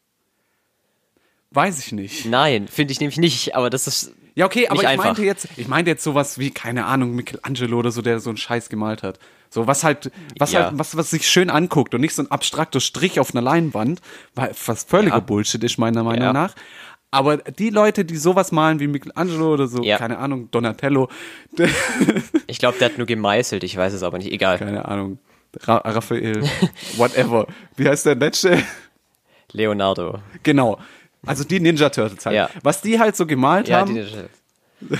Speaker 2: Weiß ich nicht.
Speaker 1: Nein, finde ich nämlich nicht, aber das ist.
Speaker 2: Ja, okay, aber
Speaker 1: Nicht
Speaker 2: ich
Speaker 1: einfach.
Speaker 2: meinte jetzt, ich meinte jetzt sowas wie, keine Ahnung, Michelangelo oder so, der so einen Scheiß gemalt hat. So, was halt, was
Speaker 1: Ja.
Speaker 2: halt, was, was sich schön anguckt und nicht so ein abstrakter Strich auf einer Leinwand, weil was völliger
Speaker 1: Ja.
Speaker 2: Bullshit ist, meiner Meinung
Speaker 1: Ja.
Speaker 2: nach. Aber die Leute, die sowas malen wie Michelangelo oder so,
Speaker 1: Ja.
Speaker 2: keine Ahnung, Donatello,
Speaker 1: Ich glaube, der hat nur gemeißelt, ich weiß es aber nicht. Egal.
Speaker 2: keine Ahnung, Ra Raphael, whatever. Wie heißt der letzte?
Speaker 1: Leonardo.
Speaker 2: Genau. Also die Ninja Turtles halt.
Speaker 1: Ja.
Speaker 2: Was die halt so gemalt
Speaker 1: Ja,
Speaker 2: haben,
Speaker 1: die,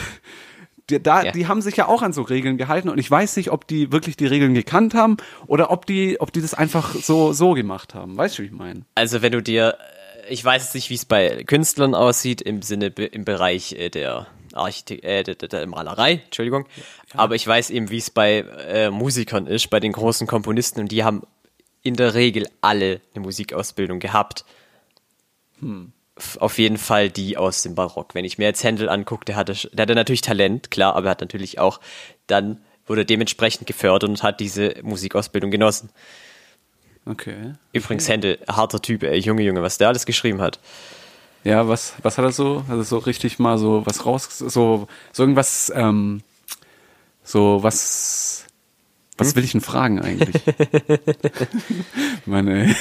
Speaker 2: die, da,
Speaker 1: Ja.
Speaker 2: die haben sich ja auch an so Regeln gehalten und ich weiß nicht, ob die wirklich die Regeln gekannt haben oder ob die, ob die das einfach so, so gemacht haben. Weißt du, wie ich meine?
Speaker 1: also wenn du dir, äh, ich weiß jetzt nicht, wie es bei Künstlern aussieht im Sinne be- im Bereich äh, der Architekt, äh, der, der, der Malerei, Entschuldigung, aber ich weiß eben, wie es bei äh, Musikern ist, bei den großen Komponisten und die haben in der Regel alle eine Musikausbildung gehabt. F- Auf jeden Fall die aus dem Barock. Wenn ich mir jetzt Händel angucke, der hatte, sch- der hatte natürlich Talent, klar, aber er hat natürlich auch dann wurde dementsprechend gefördert und hat diese Musikausbildung genossen.
Speaker 2: Okay.
Speaker 1: Übrigens, Händel, harter Typ, ey, Junge, Junge, was der alles geschrieben hat.
Speaker 2: Ja, was, was hat er so? Hat er so richtig mal so was raus, so, so irgendwas, ähm, so was, was
Speaker 1: Hm?
Speaker 2: will ich denn fragen eigentlich? Mann, ey.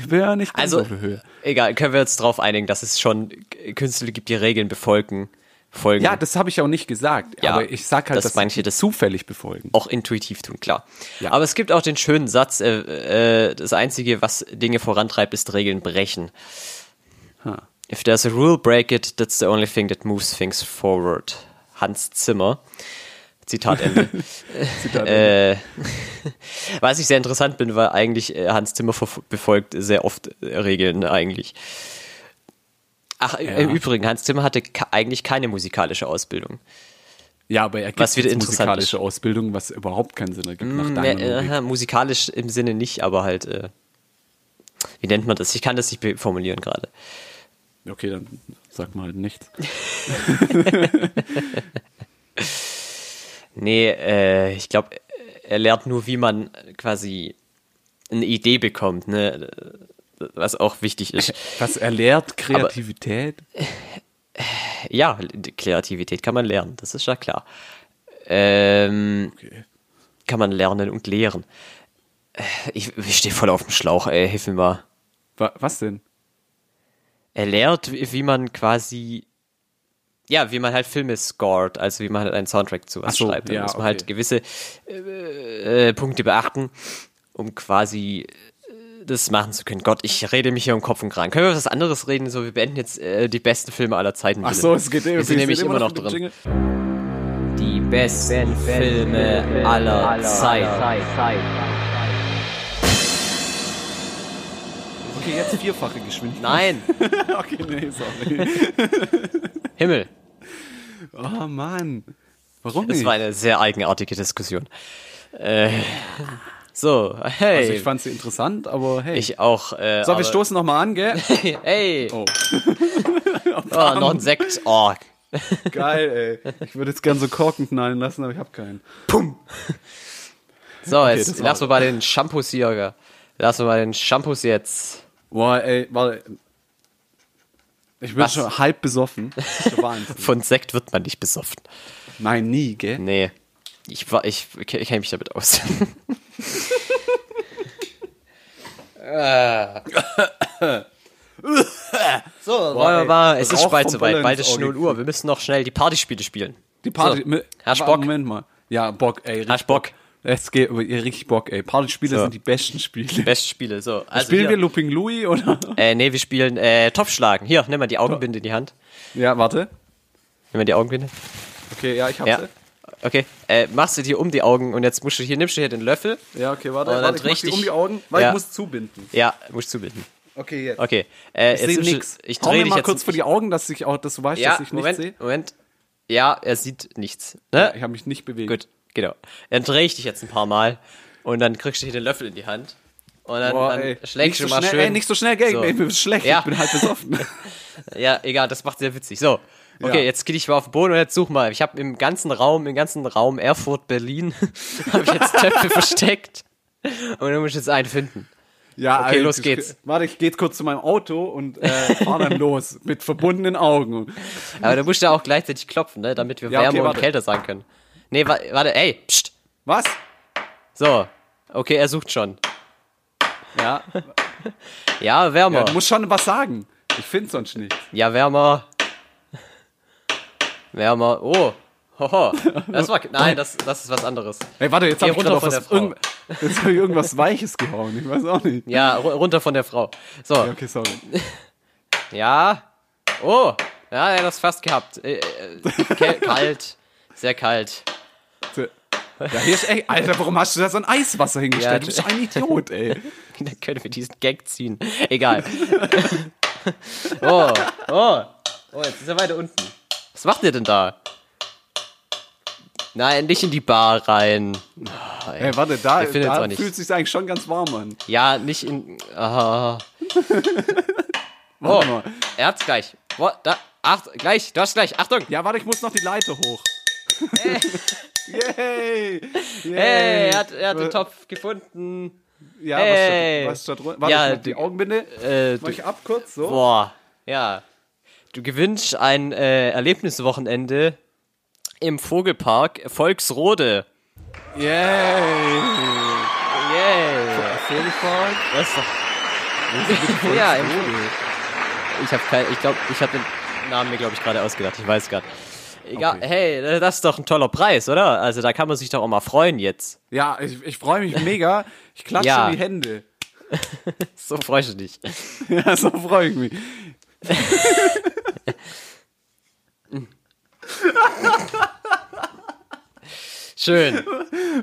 Speaker 2: Ich will ja nicht ganz
Speaker 1: Also,
Speaker 2: auf der Höhe.
Speaker 1: egal, können wir uns drauf einigen, dass es schon K- Künstler gibt, die Regeln befolgen, folgen,
Speaker 2: Ja, das habe ich auch nicht gesagt,
Speaker 1: Ja,
Speaker 2: aber ich sag halt,
Speaker 1: das
Speaker 2: dass
Speaker 1: manche das-
Speaker 2: zufällig befolgen.
Speaker 1: auch intuitiv tun, klar.
Speaker 2: Ja.
Speaker 1: Aber es gibt auch den schönen Satz, äh, äh, das Einzige, was Dinge vorantreibt, ist Regeln brechen.
Speaker 2: Ha.
Speaker 1: If there's a rule, break it, that's the only thing that moves things forward. Hans Zimmer. Zitat Ende.
Speaker 2: Zitat
Speaker 1: Äh,
Speaker 2: Ende.
Speaker 1: was ich sehr interessant bin, weil eigentlich äh, Hans Zimmer verf- befolgt sehr oft äh, Regeln eigentlich. Ach, i- im Übrigen, Hans Zimmer hatte ka- eigentlich keine musikalische Ausbildung.
Speaker 2: Ja, aber er gibt
Speaker 1: Was wieder
Speaker 2: jetzt
Speaker 1: interessant
Speaker 2: musikalische Ausbildung, was überhaupt keinen Sinn ergibt nach
Speaker 1: Ne,
Speaker 2: deiner Logik.
Speaker 1: äh, musikalisch im Sinne nicht, aber halt, äh, wie nennt man das? Ich kann das nicht be- formulieren gerade. äh,
Speaker 2: Okay, dann sag mal halt nichts.
Speaker 1: Nee, äh, ich glaube, er lernt nur, wie man quasi eine Idee bekommt, ne? was auch wichtig ist.
Speaker 2: Was er lehrt, Kreativität?
Speaker 1: ja, die Kreativität kann man lernen, das ist ja klar. Ähm,
Speaker 2: Okay.
Speaker 1: Kann man lernen und lehren. Äh, Ich, ich stehe voll auf dem Schlauch, ey, hilf mir mal.
Speaker 2: Wa was denn?
Speaker 1: Er lehrt, wie wie man quasi, ja, wie man halt Filme scored, also wie man halt einen Soundtrack zu was
Speaker 2: Ach so,
Speaker 1: schreibt. Da
Speaker 2: ja,
Speaker 1: muss man
Speaker 2: okay.
Speaker 1: halt gewisse äh, äh, Punkte beachten, um quasi äh, das machen zu können. Gott, ich rede mich hier um Kopf und Kragen. Können wir über was anderes reden? So, wir beenden jetzt äh, die besten Filme aller Zeiten.
Speaker 2: Ach
Speaker 1: bitte.
Speaker 2: so, es geht
Speaker 1: wir sind
Speaker 2: wir
Speaker 1: nämlich immer noch
Speaker 2: mit dem
Speaker 1: drin.
Speaker 2: Jingle.
Speaker 1: Die besten Filme aller Zeiten.
Speaker 2: Okay, jetzt vierfache Geschwindigkeit.
Speaker 1: Nein,
Speaker 2: okay, nee, sorry.
Speaker 1: Himmel.
Speaker 2: Oh Mann. Warum
Speaker 1: Das
Speaker 2: nicht?
Speaker 1: war eine sehr eigenartige Diskussion. Äh, so, hey.
Speaker 2: Also ich fand sie interessant, aber hey.
Speaker 1: Ich auch. Äh,
Speaker 2: so,
Speaker 1: aber-
Speaker 2: wir stoßen nochmal an, gell?
Speaker 1: Hey, oh,
Speaker 2: Oh,
Speaker 1: noch ein Sekt. Oh.
Speaker 2: geil, ey. Ich würde jetzt gern so Korken knallen lassen, aber ich habe keinen.
Speaker 1: So, jetzt
Speaker 2: das war-
Speaker 1: lassen wir mal den Shampoos hier. gell. Lassen wir mal den Shampoos jetzt.
Speaker 2: Boah, ey, warte. Ich bin
Speaker 1: Was?
Speaker 2: schon halb besoffen. Das ist der Wahnsinn.
Speaker 1: Von Sekt wird man nicht besoffen.
Speaker 2: Nein, nie, gell?
Speaker 1: Nee. Ich, war- ich, ich kenne mich damit aus. Äh. so, war, war, es ist
Speaker 2: Rauch
Speaker 1: bald
Speaker 2: vom
Speaker 1: soweit.
Speaker 2: Böller
Speaker 1: Bald
Speaker 2: ins
Speaker 1: ist
Speaker 2: Auge
Speaker 1: 0 Uhr. Wir müssen noch schnell die Partyspiele spielen.
Speaker 2: Die Party.
Speaker 1: So.
Speaker 2: mit-
Speaker 1: Hast
Speaker 2: warte,
Speaker 1: Bock?
Speaker 2: Moment mal. Ja, Bock, ey. richtig
Speaker 1: Hast Bock?
Speaker 2: Es geht aber ihr richtig Bock, ey. Partyspiele
Speaker 1: So.
Speaker 2: sind die besten Spiele.
Speaker 1: Beste Spiele. So, also
Speaker 2: Spielen wir
Speaker 1: hier,
Speaker 2: Looping Louis oder?
Speaker 1: äh, nee, wir spielen äh, Topfschlagen. Hier, nimm mal die Augenbinde in die Hand.
Speaker 2: Ja, warte.
Speaker 1: Nimm mal die Augenbinde.
Speaker 2: Okay, ja, ich hab's.
Speaker 1: Ja. Okay. Äh, machst du dir um die Augen und jetzt musst du hier, nimmst du hier den Löffel.
Speaker 2: Ja, okay, warte.
Speaker 1: Und dann
Speaker 2: warte ich mach die
Speaker 1: richtig-
Speaker 2: um die Augen, weil
Speaker 1: Ja.
Speaker 2: ich muss zubinden.
Speaker 1: Ja, musst du zubinden.
Speaker 2: Okay, jetzt.
Speaker 1: Okay. Äh,
Speaker 2: Ich sehe
Speaker 1: nimmst du-
Speaker 2: nix.
Speaker 1: Ich
Speaker 2: Hau
Speaker 1: drehe
Speaker 2: mir
Speaker 1: dich
Speaker 2: mal
Speaker 1: jetzt
Speaker 2: kurz vor die Augen, dass ich auch, dass du weißt,
Speaker 1: Ja,
Speaker 2: dass ich
Speaker 1: Moment,
Speaker 2: nicht sehe.
Speaker 1: Moment. Ja, er sieht nichts. Ne?
Speaker 2: Ich habe mich nicht bewegt.
Speaker 1: Gut, genau. Dann drehe ich dich jetzt ein paar Mal und dann kriegst du hier den Löffel in die Hand. Und dann,
Speaker 2: Boah, ey.
Speaker 1: dann schlägst
Speaker 2: nicht
Speaker 1: du
Speaker 2: so
Speaker 1: mal
Speaker 2: schnell,
Speaker 1: schön.
Speaker 2: Ey, nicht so schnell, gell?
Speaker 1: So.
Speaker 2: Ich bin schlecht,
Speaker 1: Ja.
Speaker 2: ich bin halb besoffen.
Speaker 1: Ja, egal, das macht sehr witzig. So, okay,
Speaker 2: Ja.
Speaker 1: jetzt gehe ich mal auf den Boden und jetzt such mal. Ich habe im ganzen Raum, im ganzen Raum Erfurt, Berlin, habe ich jetzt Töpfe versteckt. Und du musst jetzt einen finden.
Speaker 2: Ja,
Speaker 1: Okay,
Speaker 2: also,
Speaker 1: los geht's.
Speaker 2: Warte, ich gehe kurz zu meinem Auto und äh, fahr dann los mit verbundenen Augen.
Speaker 1: Aber du musst ja auch gleichzeitig klopfen, ne? damit wir
Speaker 2: Ja, okay,
Speaker 1: Wärme und
Speaker 2: warte.
Speaker 1: Kälte sagen können. Nee, wa warte, ey, pst.
Speaker 2: Was?
Speaker 1: So. Okay, er sucht schon.
Speaker 2: Ja,
Speaker 1: Ja, wärmer.
Speaker 2: du musst schon was sagen. Ich finde sonst nichts.
Speaker 1: Ja, wärmer. Wärmer. Oh. Hoho. Das war. Nein, das, das ist was anderes.
Speaker 2: Ey, warte, jetzt
Speaker 1: Geh
Speaker 2: habe ich
Speaker 1: runter
Speaker 2: gerade auf
Speaker 1: von der Frau.
Speaker 2: was, irgend, jetzt hab ich irgendwas Weiches gehauen. Ich weiß auch nicht.
Speaker 1: Ja, ru- runter von der Frau. So.
Speaker 2: Okay, sorry.
Speaker 1: Ja. Oh. Ja, er hat das fast gehabt. Äh, äh, kel- kalt. Sehr kalt.
Speaker 2: Ja, hier ist, ey, Alter, warum hast du da so ein Eiswasser hingestellt?
Speaker 1: Ja,
Speaker 2: du bist ein Idiot, ey.
Speaker 1: Dann können wir diesen Gag ziehen. Egal. Oh. Oh. Oh, jetzt ist er weiter unten. Was macht ihr denn da? Nein, nicht in die Bar rein. Oh, ey.
Speaker 2: Ey, warte, da,
Speaker 1: Ich findet's auch
Speaker 2: da
Speaker 1: nicht.
Speaker 2: fühlt sich eigentlich schon ganz warm an.
Speaker 1: Ja, nicht in. Ah. Oh,
Speaker 2: Warte mal.
Speaker 1: er hat's gleich. Wo, da, acht, gleich, du hast gleich. Achtung!
Speaker 2: Ja, warte, ich muss noch die Leiter hoch. Yay! Yay!
Speaker 1: Hey, er hat, er hat den Topf gefunden.
Speaker 2: Ja,
Speaker 1: Hey.
Speaker 2: was statt, was statt drunter? Warte,
Speaker 1: Ja,
Speaker 2: ich mach die
Speaker 1: du-
Speaker 2: Augenbinde.
Speaker 1: Äh,
Speaker 2: Mach
Speaker 1: du,
Speaker 2: ich ab kurz, so.
Speaker 1: boah, ja. Du gewinnst ein äh, Erlebniswochenende im Vogelpark Volksrode.
Speaker 2: Yay!
Speaker 1: Yay!
Speaker 2: Vogelpark.
Speaker 1: Das ist doch, ja, im, ich habe kein, ich glaube, ich habe den Namen mir glaube ich gerade ausgedacht. Ich weiß gar nicht. Egal,
Speaker 2: Okay.
Speaker 1: hey, das ist doch ein toller Preis, oder? Also da kann man sich doch auch mal freuen jetzt.
Speaker 2: Ja, ich, ich freue mich mega. Ich klatsche
Speaker 1: Ja.
Speaker 2: in die Hände.
Speaker 1: So freust du dich.
Speaker 2: Ja, so freue ich mich.
Speaker 1: Schön.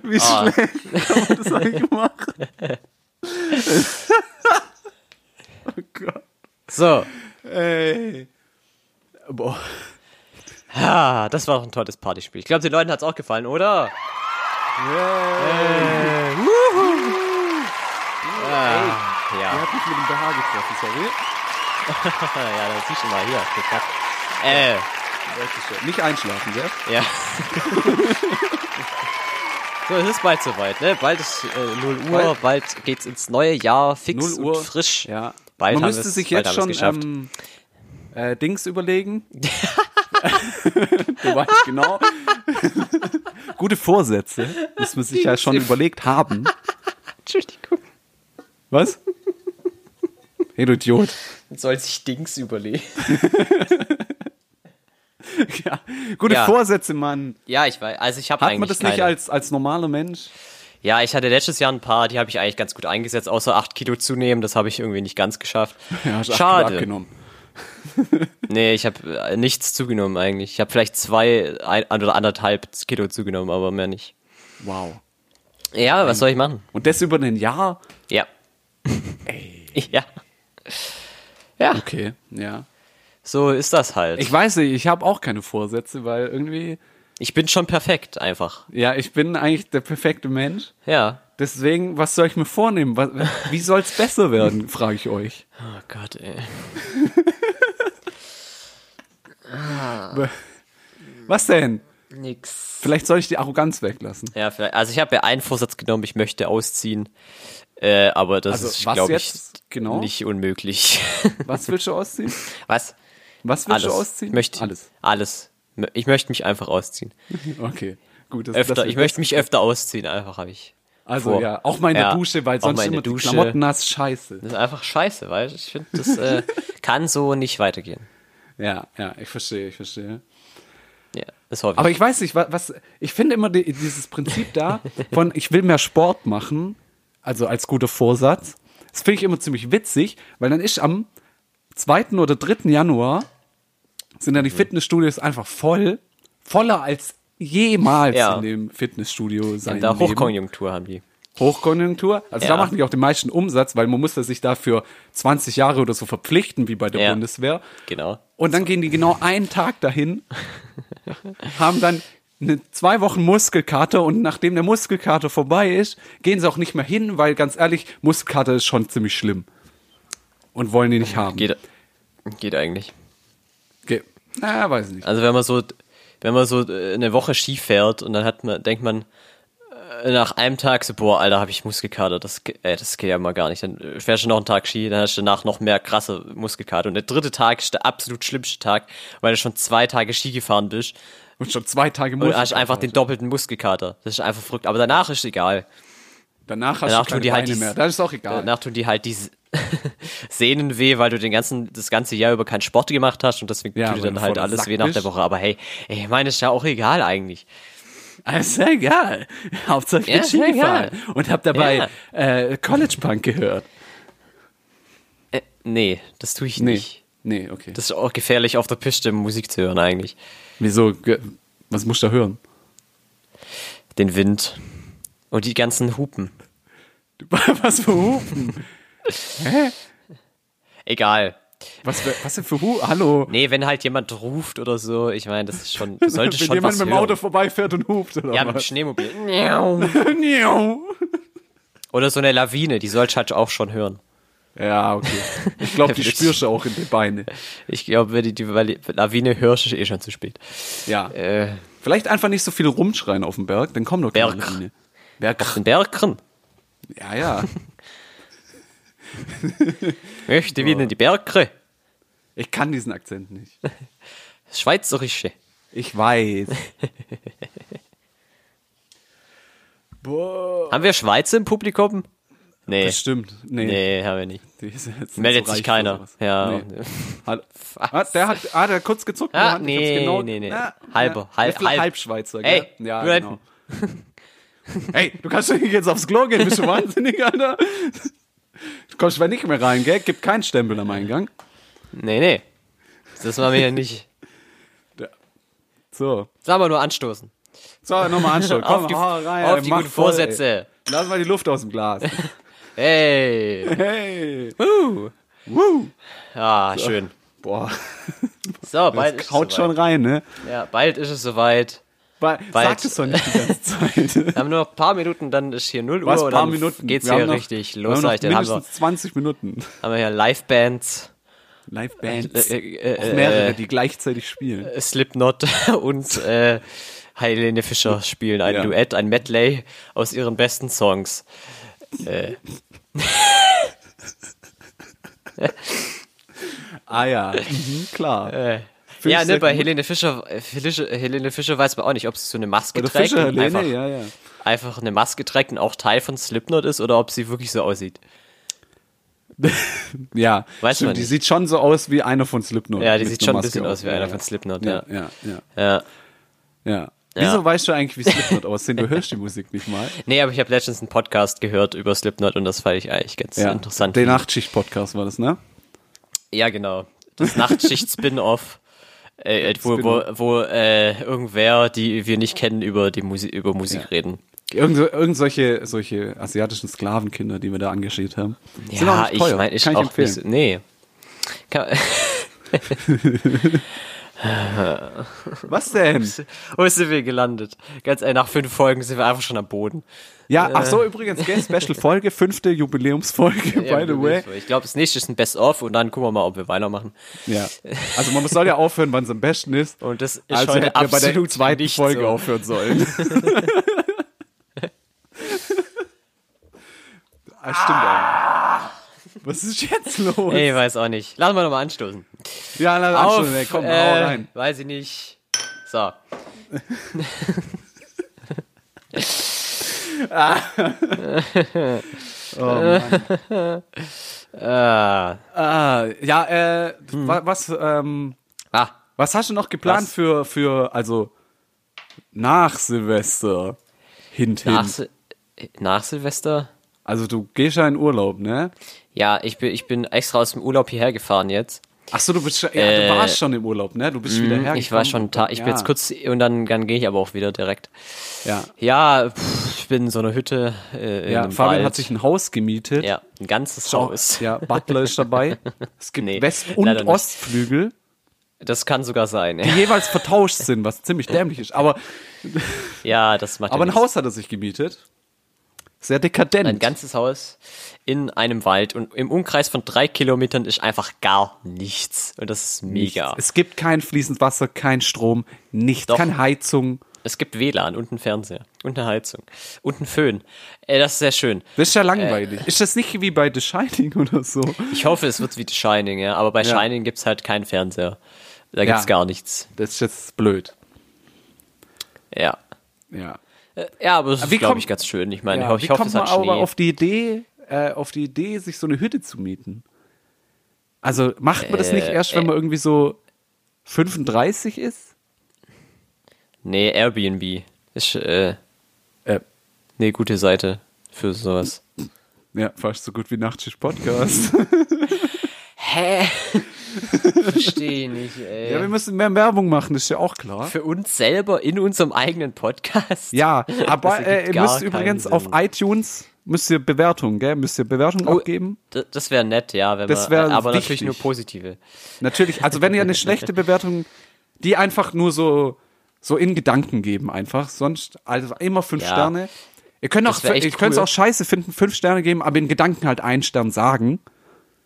Speaker 2: Wie schlecht kann man das eigentlich machen? oh Gott.
Speaker 1: So.
Speaker 2: Ey. Boah.
Speaker 1: Ah, das war doch ein tolles Partyspiel. Ich glaube, den Leuten hat es auch gefallen, oder?
Speaker 2: Er
Speaker 1: Ja.
Speaker 2: hat mich mit dem BH getroffen, sorry.
Speaker 1: ja, dann siehst du mal hier. gekackt. Äh,
Speaker 2: Das ist schön. Nicht einschlafen, gell?
Speaker 1: ja. so, es ist bald soweit, ne? Bald ist äh, 0 Uuhr, bald,
Speaker 2: Bald-
Speaker 1: geht's ins neue Jahr, fix
Speaker 2: 0 Uhr.
Speaker 1: und frisch.
Speaker 2: Ja.
Speaker 1: Bald
Speaker 2: Man
Speaker 1: haben
Speaker 2: müsste
Speaker 1: wir's-
Speaker 2: sich
Speaker 1: bald haben
Speaker 2: jetzt schon
Speaker 1: wir's geschafft.
Speaker 2: ähm, äh, Dings überlegen. du weißt genau. Gute Vorsätze muss man sich ja schon überlegt haben.
Speaker 1: Entschuldigung.
Speaker 2: Was? Hey, du Idiot.
Speaker 1: Soll sich Dings überlegen.
Speaker 2: Ja. Gute
Speaker 1: Ja.
Speaker 2: Vorsätze, Mann.
Speaker 1: Ja, ich weiß. Also ich habe
Speaker 2: Hat
Speaker 1: eigentlich
Speaker 2: man das nicht
Speaker 1: keine.
Speaker 2: als, als normaler Mensch?
Speaker 1: Ja, ich hatte letztes Jahr ein paar, die habe ich eigentlich ganz gut eingesetzt, außer 8 Kilo zunehmen, das habe ich irgendwie nicht ganz geschafft.
Speaker 2: Ja, hast acht Kilo
Speaker 1: Schade.
Speaker 2: Abgenommen.
Speaker 1: Nee, ich habe nichts zugenommen eigentlich. Ich habe vielleicht zwei ein, ein oder anderthalb Kilo zugenommen, aber mehr nicht.
Speaker 2: Wow.
Speaker 1: Ja, was soll ich machen?
Speaker 2: Und das über ein Jahr?
Speaker 1: Ja. Ja. Ja,
Speaker 2: Okay, ja.
Speaker 1: so ist das halt.
Speaker 2: Ich
Speaker 1: Ich,
Speaker 2: weiß nicht, ich habe auch keine Vorsätze, weil irgendwie,
Speaker 1: bin schon perfekt einfach.
Speaker 2: ja, ich bin eigentlich der perfekte Mensch.
Speaker 1: Ja.
Speaker 2: Deswegen, was soll ich mir vornehmen? Was, wie soll's besser werden, frage ich euch.
Speaker 1: Oh Gott, ey.
Speaker 2: Was denn?
Speaker 1: Nix.
Speaker 2: Vielleicht soll ich die Arroganz weglassen.
Speaker 1: Ja, vielleicht. Also ich habe ja einen Vorsatz genommen, ich möchte ausziehen. Äh, aber das
Speaker 2: Also,
Speaker 1: ist,
Speaker 2: was
Speaker 1: glaube ich,
Speaker 2: jetzt genau?
Speaker 1: nicht unmöglich.
Speaker 2: Was willst du ausziehen?
Speaker 1: was?
Speaker 2: Was willst
Speaker 1: Alles.
Speaker 2: du ausziehen?
Speaker 1: Ich möchte,
Speaker 2: Alles.
Speaker 1: alles. Alles. Ich möchte mich einfach ausziehen.
Speaker 2: Okay, gut. Das,
Speaker 1: Öfter.
Speaker 2: das-
Speaker 1: ich möchte mich öfter ausziehen, einfach habe ich.
Speaker 2: Also
Speaker 1: vor.
Speaker 2: ja, auch mal in der
Speaker 1: Ja,
Speaker 2: Dusche, weil
Speaker 1: auch
Speaker 2: sonst
Speaker 1: mal in
Speaker 2: immer
Speaker 1: der
Speaker 2: die
Speaker 1: Dusche.
Speaker 2: Klamotten nass, scheiße.
Speaker 1: Das ist einfach scheiße, weil ich finde, das äh, kann so nicht weitergehen.
Speaker 2: Ja, ja, ich verstehe, ich verstehe.
Speaker 1: Ja, das hoffe ich.
Speaker 2: Aber ich weiß nicht, wa- was ich finde immer die, dieses Prinzip da von ich will mehr Sport machen, also als guter Vorsatz. Das finde ich immer ziemlich witzig, weil dann ist am 2. oder 3. Januar sind dann die
Speaker 1: Mhm.
Speaker 2: Fitnessstudios einfach voll, voller als jemals
Speaker 1: Ja.
Speaker 2: in dem Fitnessstudio sein.
Speaker 1: Und da
Speaker 2: Leben.
Speaker 1: Hochkonjunktur haben die.
Speaker 2: Hochkonjunktur. Also da
Speaker 1: Ja.
Speaker 2: machen die auch den meisten Umsatz, weil man muss sich dafür 20 Jahre oder so verpflichten, wie bei der
Speaker 1: Ja.
Speaker 2: Bundeswehr.
Speaker 1: Genau.
Speaker 2: Und dann gehen die genau einen Tag dahin, haben dann eine, zwei Wochen Muskelkater und nachdem der Muskelkater vorbei ist, gehen sie auch nicht mehr hin, weil ganz ehrlich, Muskelkater ist schon ziemlich schlimm. Und wollen die nicht haben.
Speaker 1: Geht, geht eigentlich.
Speaker 2: Ge Na, weiß nicht.
Speaker 1: Also wenn man so, wenn man so äh, eine Woche Ski fährt und dann hat man, denkt man, nach einem Tag so, boah, Alter, habe ich Muskelkater, das, ge- äh, das geht ja mal gar nicht. Dann äh, fährst du noch einen Tag Ski, dann hast du danach noch mehr krasse Muskelkater. Und der dritte Tag ist der absolut schlimmste Tag, weil du schon zwei Tage Ski gefahren bist
Speaker 2: Und schon zwei Tage
Speaker 1: und
Speaker 2: Muskelkater
Speaker 1: hast einfach den doppelten Muskelkater. Das ist einfach verrückt. Aber danach ist egal.
Speaker 2: Danach hast
Speaker 1: Danach
Speaker 2: du
Speaker 1: tun
Speaker 2: keine
Speaker 1: die halt
Speaker 2: Beine
Speaker 1: die-
Speaker 2: mehr. Das ist auch egal.
Speaker 1: Danach tun die halt die S- Sehnen weh, weil du den ganzen, das ganze Jahr über keinen Sport gemacht hast und deswegen
Speaker 2: Ja,
Speaker 1: tut
Speaker 2: weil
Speaker 1: dir dann
Speaker 2: du
Speaker 1: halt
Speaker 2: voller
Speaker 1: alles
Speaker 2: Sack
Speaker 1: weh nach der
Speaker 2: bist.
Speaker 1: Woche. Aber hey, ey, ich meine, ist ja auch egal eigentlich.
Speaker 2: Das ist ja egal. Hauptsache ich
Speaker 1: Ja,
Speaker 2: bin
Speaker 1: ist ja
Speaker 2: Ski gefahren.
Speaker 1: egal.
Speaker 2: Und hab dabei äh, College Punk gehört.
Speaker 1: Äh, nee, das tue ich
Speaker 2: Nee.
Speaker 1: nicht.
Speaker 2: Nee, okay.
Speaker 1: Das ist auch gefährlich, auf der Piste Musik zu hören eigentlich.
Speaker 2: Wieso? Ge- Was musst du da hören?
Speaker 1: Den Wind und die ganzen Hupen.
Speaker 2: Was für Hupen?
Speaker 1: Egal.
Speaker 2: Was für, was denn für Hupen? Hallo?
Speaker 1: Nee, wenn halt jemand ruft oder so, ich meine, das ist schon, du solltest
Speaker 2: Wenn
Speaker 1: schon
Speaker 2: jemand
Speaker 1: was
Speaker 2: mit dem
Speaker 1: hören.
Speaker 2: Auto vorbeifährt und hupt oder
Speaker 1: ja, mit dem
Speaker 2: was?
Speaker 1: Schneemobil. oder so eine Lawine, die sollst halt auch schon hören.
Speaker 2: ja, okay. Ich glaube, die
Speaker 1: Witz.
Speaker 2: spürst du auch in den Beinen.
Speaker 1: Ich glaube, wenn die, die Wali- Lawine hörst, ist eh schon zu spät.
Speaker 2: Ja.
Speaker 1: Äh,
Speaker 2: Vielleicht einfach nicht so viel rumschreien auf dem Berg, dann kommen doch keine
Speaker 1: Berg.
Speaker 2: Lawine. Berg.
Speaker 1: den Bergren.
Speaker 2: Ja, ja.
Speaker 1: Möchte wieder in die Bergre.
Speaker 2: Ich kann diesen Akzent nicht.
Speaker 1: Das Schweizerische.
Speaker 2: Ich weiß. Boah.
Speaker 1: Haben wir Schweizer im Publikum? Nee.
Speaker 2: Stimmt. Nee.
Speaker 1: Nee, haben wir nicht.
Speaker 2: Die ist jetzt
Speaker 1: Meldet
Speaker 2: zu
Speaker 1: sich
Speaker 2: reich
Speaker 1: keiner.
Speaker 2: für sowas.
Speaker 1: Ja.
Speaker 2: Nee. Hallo. Ah, der hat, ah, der hat kurz gezuckt. in der
Speaker 1: Ah,
Speaker 2: Hand. Ich hab's
Speaker 1: nee,
Speaker 2: genau,
Speaker 1: nee, nee.
Speaker 2: Na, na,
Speaker 1: Halber, halb-
Speaker 2: Löffel
Speaker 1: halb.
Speaker 2: Halbschweizer,
Speaker 1: Ey,
Speaker 2: gell? Ja,
Speaker 1: du hätt-
Speaker 2: genau. Ey, du kannst doch nicht jetzt aufs Klo gehen, bist du wahnsinnig, Alter? Du kommst mal nicht mehr rein, gell? Gibt keinen Stempel am Eingang.
Speaker 1: Nee, nee. Das machen wir ja nicht.
Speaker 2: So.
Speaker 1: Sag mal nur anstoßen.
Speaker 2: So, nochmal anschauen. Oh, Komm,
Speaker 1: auf die,
Speaker 2: hau rein,
Speaker 1: auf
Speaker 2: ey,
Speaker 1: die
Speaker 2: mach
Speaker 1: guten
Speaker 2: voll, ey.
Speaker 1: Vorsätze.
Speaker 2: Lass mal die Luft aus dem Glas.
Speaker 1: Hey.
Speaker 2: Hey. Woo.
Speaker 1: Ah, schön.
Speaker 2: Boah,
Speaker 1: So, bald
Speaker 2: das
Speaker 1: ist,
Speaker 2: haut
Speaker 1: es
Speaker 2: schon
Speaker 1: soweit.
Speaker 2: rein, ne?
Speaker 1: Ja, bald ist es soweit.
Speaker 2: Weil,
Speaker 1: Bald.
Speaker 2: sag es doch nicht die ganze Zeit.
Speaker 1: Wir haben nur noch ein paar Minuten, dann ist hier 0 Uhr
Speaker 2: Was,
Speaker 1: und
Speaker 2: paar
Speaker 1: dann
Speaker 2: Minuten?
Speaker 1: geht's
Speaker 2: Wir haben
Speaker 1: hier
Speaker 2: noch-
Speaker 1: richtig
Speaker 2: wir
Speaker 1: los.
Speaker 2: haben noch
Speaker 1: sag ich. Dann haben wir,
Speaker 2: mindestens 20 Minuten.
Speaker 1: haben wir hier Live-Bands,
Speaker 2: Live-Bands.
Speaker 1: Äh, äh,
Speaker 2: Auch mehrere, die gleichzeitig spielen.
Speaker 1: Slipknot und äh, Helene Fischer spielen ein
Speaker 2: Ja.
Speaker 1: Duett, ein Medley aus ihren besten Songs.
Speaker 2: Ah ja, mhm, klar. Fünf,
Speaker 1: ja, ne,
Speaker 2: sechs
Speaker 1: bei
Speaker 2: Minuten.
Speaker 1: Helene Fischer, äh, Fischer, Helene Fischer weiß man auch nicht, ob sie so eine Maske
Speaker 2: Oder
Speaker 1: trägt.
Speaker 2: Fischer
Speaker 1: und
Speaker 2: Helene,
Speaker 1: einfach,
Speaker 2: ja, ja.
Speaker 1: einfach eine Maske trägt und auch Teil von Slipknot ist oder ob sie wirklich so aussieht.
Speaker 2: Ja,
Speaker 1: Weiß man
Speaker 2: die
Speaker 1: nicht.
Speaker 2: sieht schon so aus wie einer von Slipknot.
Speaker 1: Ja, die
Speaker 2: mit
Speaker 1: sieht
Speaker 2: einer
Speaker 1: schon ein
Speaker 2: Maske
Speaker 1: bisschen
Speaker 2: auf.
Speaker 1: aus wie
Speaker 2: Ja,
Speaker 1: einer
Speaker 2: ja.
Speaker 1: von Slipknot,
Speaker 2: Ja,
Speaker 1: ja.
Speaker 2: ja, ja.
Speaker 1: Ja.
Speaker 2: ja.
Speaker 1: Ja.
Speaker 2: Wieso weißt du eigentlich, wie Slipknot aussehen? Du hörst die Musik nicht mal.
Speaker 1: Nee, aber ich habe letztens einen Podcast gehört über Slipknot und das fand ich eigentlich ganz
Speaker 2: Ja.
Speaker 1: interessant.
Speaker 2: Der Nachtschicht-Podcast war das, ne?
Speaker 1: Ja, genau. Das Nachtschicht-Spin-Off. Äh, äh, wo wo,
Speaker 2: Spin-off.
Speaker 1: wo äh, irgendwer, die wir nicht kennen, über, die Musi über Musik reden.
Speaker 2: Irgend, irgend solche, solche asiatischen Sklavenkinder, die wir da engagiert haben. Sind auch
Speaker 1: ja,
Speaker 2: nicht
Speaker 1: ich
Speaker 2: teuer.
Speaker 1: meine, ich
Speaker 2: Kann ich
Speaker 1: auch
Speaker 2: empfehlen.
Speaker 1: nicht. so- Nee. Kann,
Speaker 2: Was denn?
Speaker 1: wo sind wir gelandet? Ganz ehrlich, nach fünf Folgen sind wir einfach schon am Boden.
Speaker 2: Ja,
Speaker 1: Äh.
Speaker 2: ach so, übrigens, gell, Special-Folge, fünfte Jubiläumsfolge, by the way.
Speaker 1: Ich glaube, das nächste ist ein Best-of und dann gucken wir mal, ob wir weitermachen.
Speaker 2: Ja. Also man soll ja aufhören, wann es am besten ist.
Speaker 1: Und das ist
Speaker 2: also
Speaker 1: heute
Speaker 2: hätten wir bei der
Speaker 1: absolut
Speaker 2: zweiten
Speaker 1: nicht
Speaker 2: Folge
Speaker 1: so.
Speaker 2: aufhören sollen. ah, stimmt eigentlich. Was ist jetzt los?
Speaker 1: Ah. Ey, weiß auch nicht. Lass mal nochmal anstoßen.
Speaker 2: ja, na, dann
Speaker 1: Auf,
Speaker 2: schon, ey, komm,
Speaker 1: äh,
Speaker 2: hau rein.
Speaker 1: Weiß ich nicht. So. Ah.
Speaker 2: Ah, ja, äh, wa- was, ähm,
Speaker 1: Ah.
Speaker 2: was hast du noch geplant
Speaker 1: Hm. Was?
Speaker 2: für, für, also, nach Silvester? Hint, hint.
Speaker 1: Nach, Sil äh, nach Silvester?
Speaker 2: Also du gehst ja in Urlaub, ne?
Speaker 1: Ja, ich bin, ich bin extra aus dem Urlaub hierher gefahren jetzt.
Speaker 2: Ach so, du bist schon, ja,
Speaker 1: Äh, mm,
Speaker 2: du warst schon im Urlaub, ne? Du bist wieder hergekommen.
Speaker 1: Ich war schon einen Tag, ich bin
Speaker 2: Ja,
Speaker 1: jetzt kurz und dann, dann gehe ich aber auch wieder direkt.
Speaker 2: Ja,
Speaker 1: Ja, pff, ich bin in so einer Hütte. Äh, in
Speaker 2: ja
Speaker 1: einem
Speaker 2: Fabian
Speaker 1: Wald.
Speaker 2: hat sich ein Haus gemietet.
Speaker 1: ja, ein ganzes
Speaker 2: Schau,
Speaker 1: Haus.
Speaker 2: Ja, Butler ist dabei. Es gibt
Speaker 1: Nee,
Speaker 2: West-
Speaker 1: leider
Speaker 2: und
Speaker 1: nicht.
Speaker 2: Ostflügel,
Speaker 1: Das kann sogar sein.
Speaker 2: die
Speaker 1: Ja,
Speaker 2: jeweils vertauscht sind, was ziemlich dämlich ist. Aber,
Speaker 1: ja das macht ja
Speaker 2: aber ein
Speaker 1: nichts.
Speaker 2: Haus hat er sich gemietet. Sehr dekadent.
Speaker 1: Ein ganzes Haus in einem Wald und im Umkreis von drei Kilometern ist einfach gar nichts. Und das ist mega.
Speaker 2: Es gibt kein fließendes Wasser, kein Strom, nichts,
Speaker 1: Doch.
Speaker 2: keine Heizung.
Speaker 1: es gibt WLAN und einen Fernseher und eine Heizung und einen Föhn. Äh, das ist sehr schön.
Speaker 2: Das ist ja langweilig. ist das nicht wie bei The Shining oder so?
Speaker 1: Äh. Ich hoffe, es wird wie The Shining, ja. Aber bei
Speaker 2: Ja.
Speaker 1: Shining gibt es halt keinen Fernseher. Da gibt es
Speaker 2: Ja.
Speaker 1: gar nichts.
Speaker 2: Das ist jetzt blöd.
Speaker 1: Ja.
Speaker 2: Ja.
Speaker 1: Äh, Ja, aber das
Speaker 2: wie
Speaker 1: ist, glaube
Speaker 2: kommt-
Speaker 1: ich, ganz schön. Ich meine,
Speaker 2: ja.
Speaker 1: ich
Speaker 2: Wie
Speaker 1: hoffe,
Speaker 2: kommt
Speaker 1: es
Speaker 2: man
Speaker 1: hat Schnee.
Speaker 2: aber auf die Idee, äh, auf die Idee, sich so eine Hütte zu mieten? Also macht man das nicht
Speaker 1: Äh,
Speaker 2: erst, wenn man irgendwie so 35 ist?
Speaker 1: nee, Airbnb ist äh,
Speaker 2: Äh,
Speaker 1: eine gute Seite für sowas.
Speaker 2: ja, fast so gut wie Nachtschicht Podcast.
Speaker 1: Hä? Verstehe nicht, ey.
Speaker 2: ja, wir müssen mehr Werbung machen, ist ja auch klar.
Speaker 1: für uns selber in unserem eigenen Podcast.
Speaker 2: Ja, aber
Speaker 1: ergibt
Speaker 2: äh, ihr
Speaker 1: gar
Speaker 2: müsst
Speaker 1: keinen
Speaker 2: übrigens
Speaker 1: Sinn.
Speaker 2: auf iTunes müsst ihr Bewertungen, gell? Müsst ihr Bewertungen
Speaker 1: Oh,
Speaker 2: abgeben?
Speaker 1: D- Das wäre nett, ja, wenn
Speaker 2: Das
Speaker 1: man,
Speaker 2: wär
Speaker 1: aber natürlich
Speaker 2: wichtig.
Speaker 1: nur positive.
Speaker 2: Natürlich, also wenn ihr eine schlechte Bewertung, die einfach nur so, so in Gedanken geben, einfach. Sonst, also immer fünf
Speaker 1: Ja.
Speaker 2: Sterne. Ihr könnt auch,
Speaker 1: Das wär echt
Speaker 2: ihr könnt es
Speaker 1: cool.
Speaker 2: auch scheiße finden, fünf Sterne geben, aber in Gedanken halt einen Stern sagen.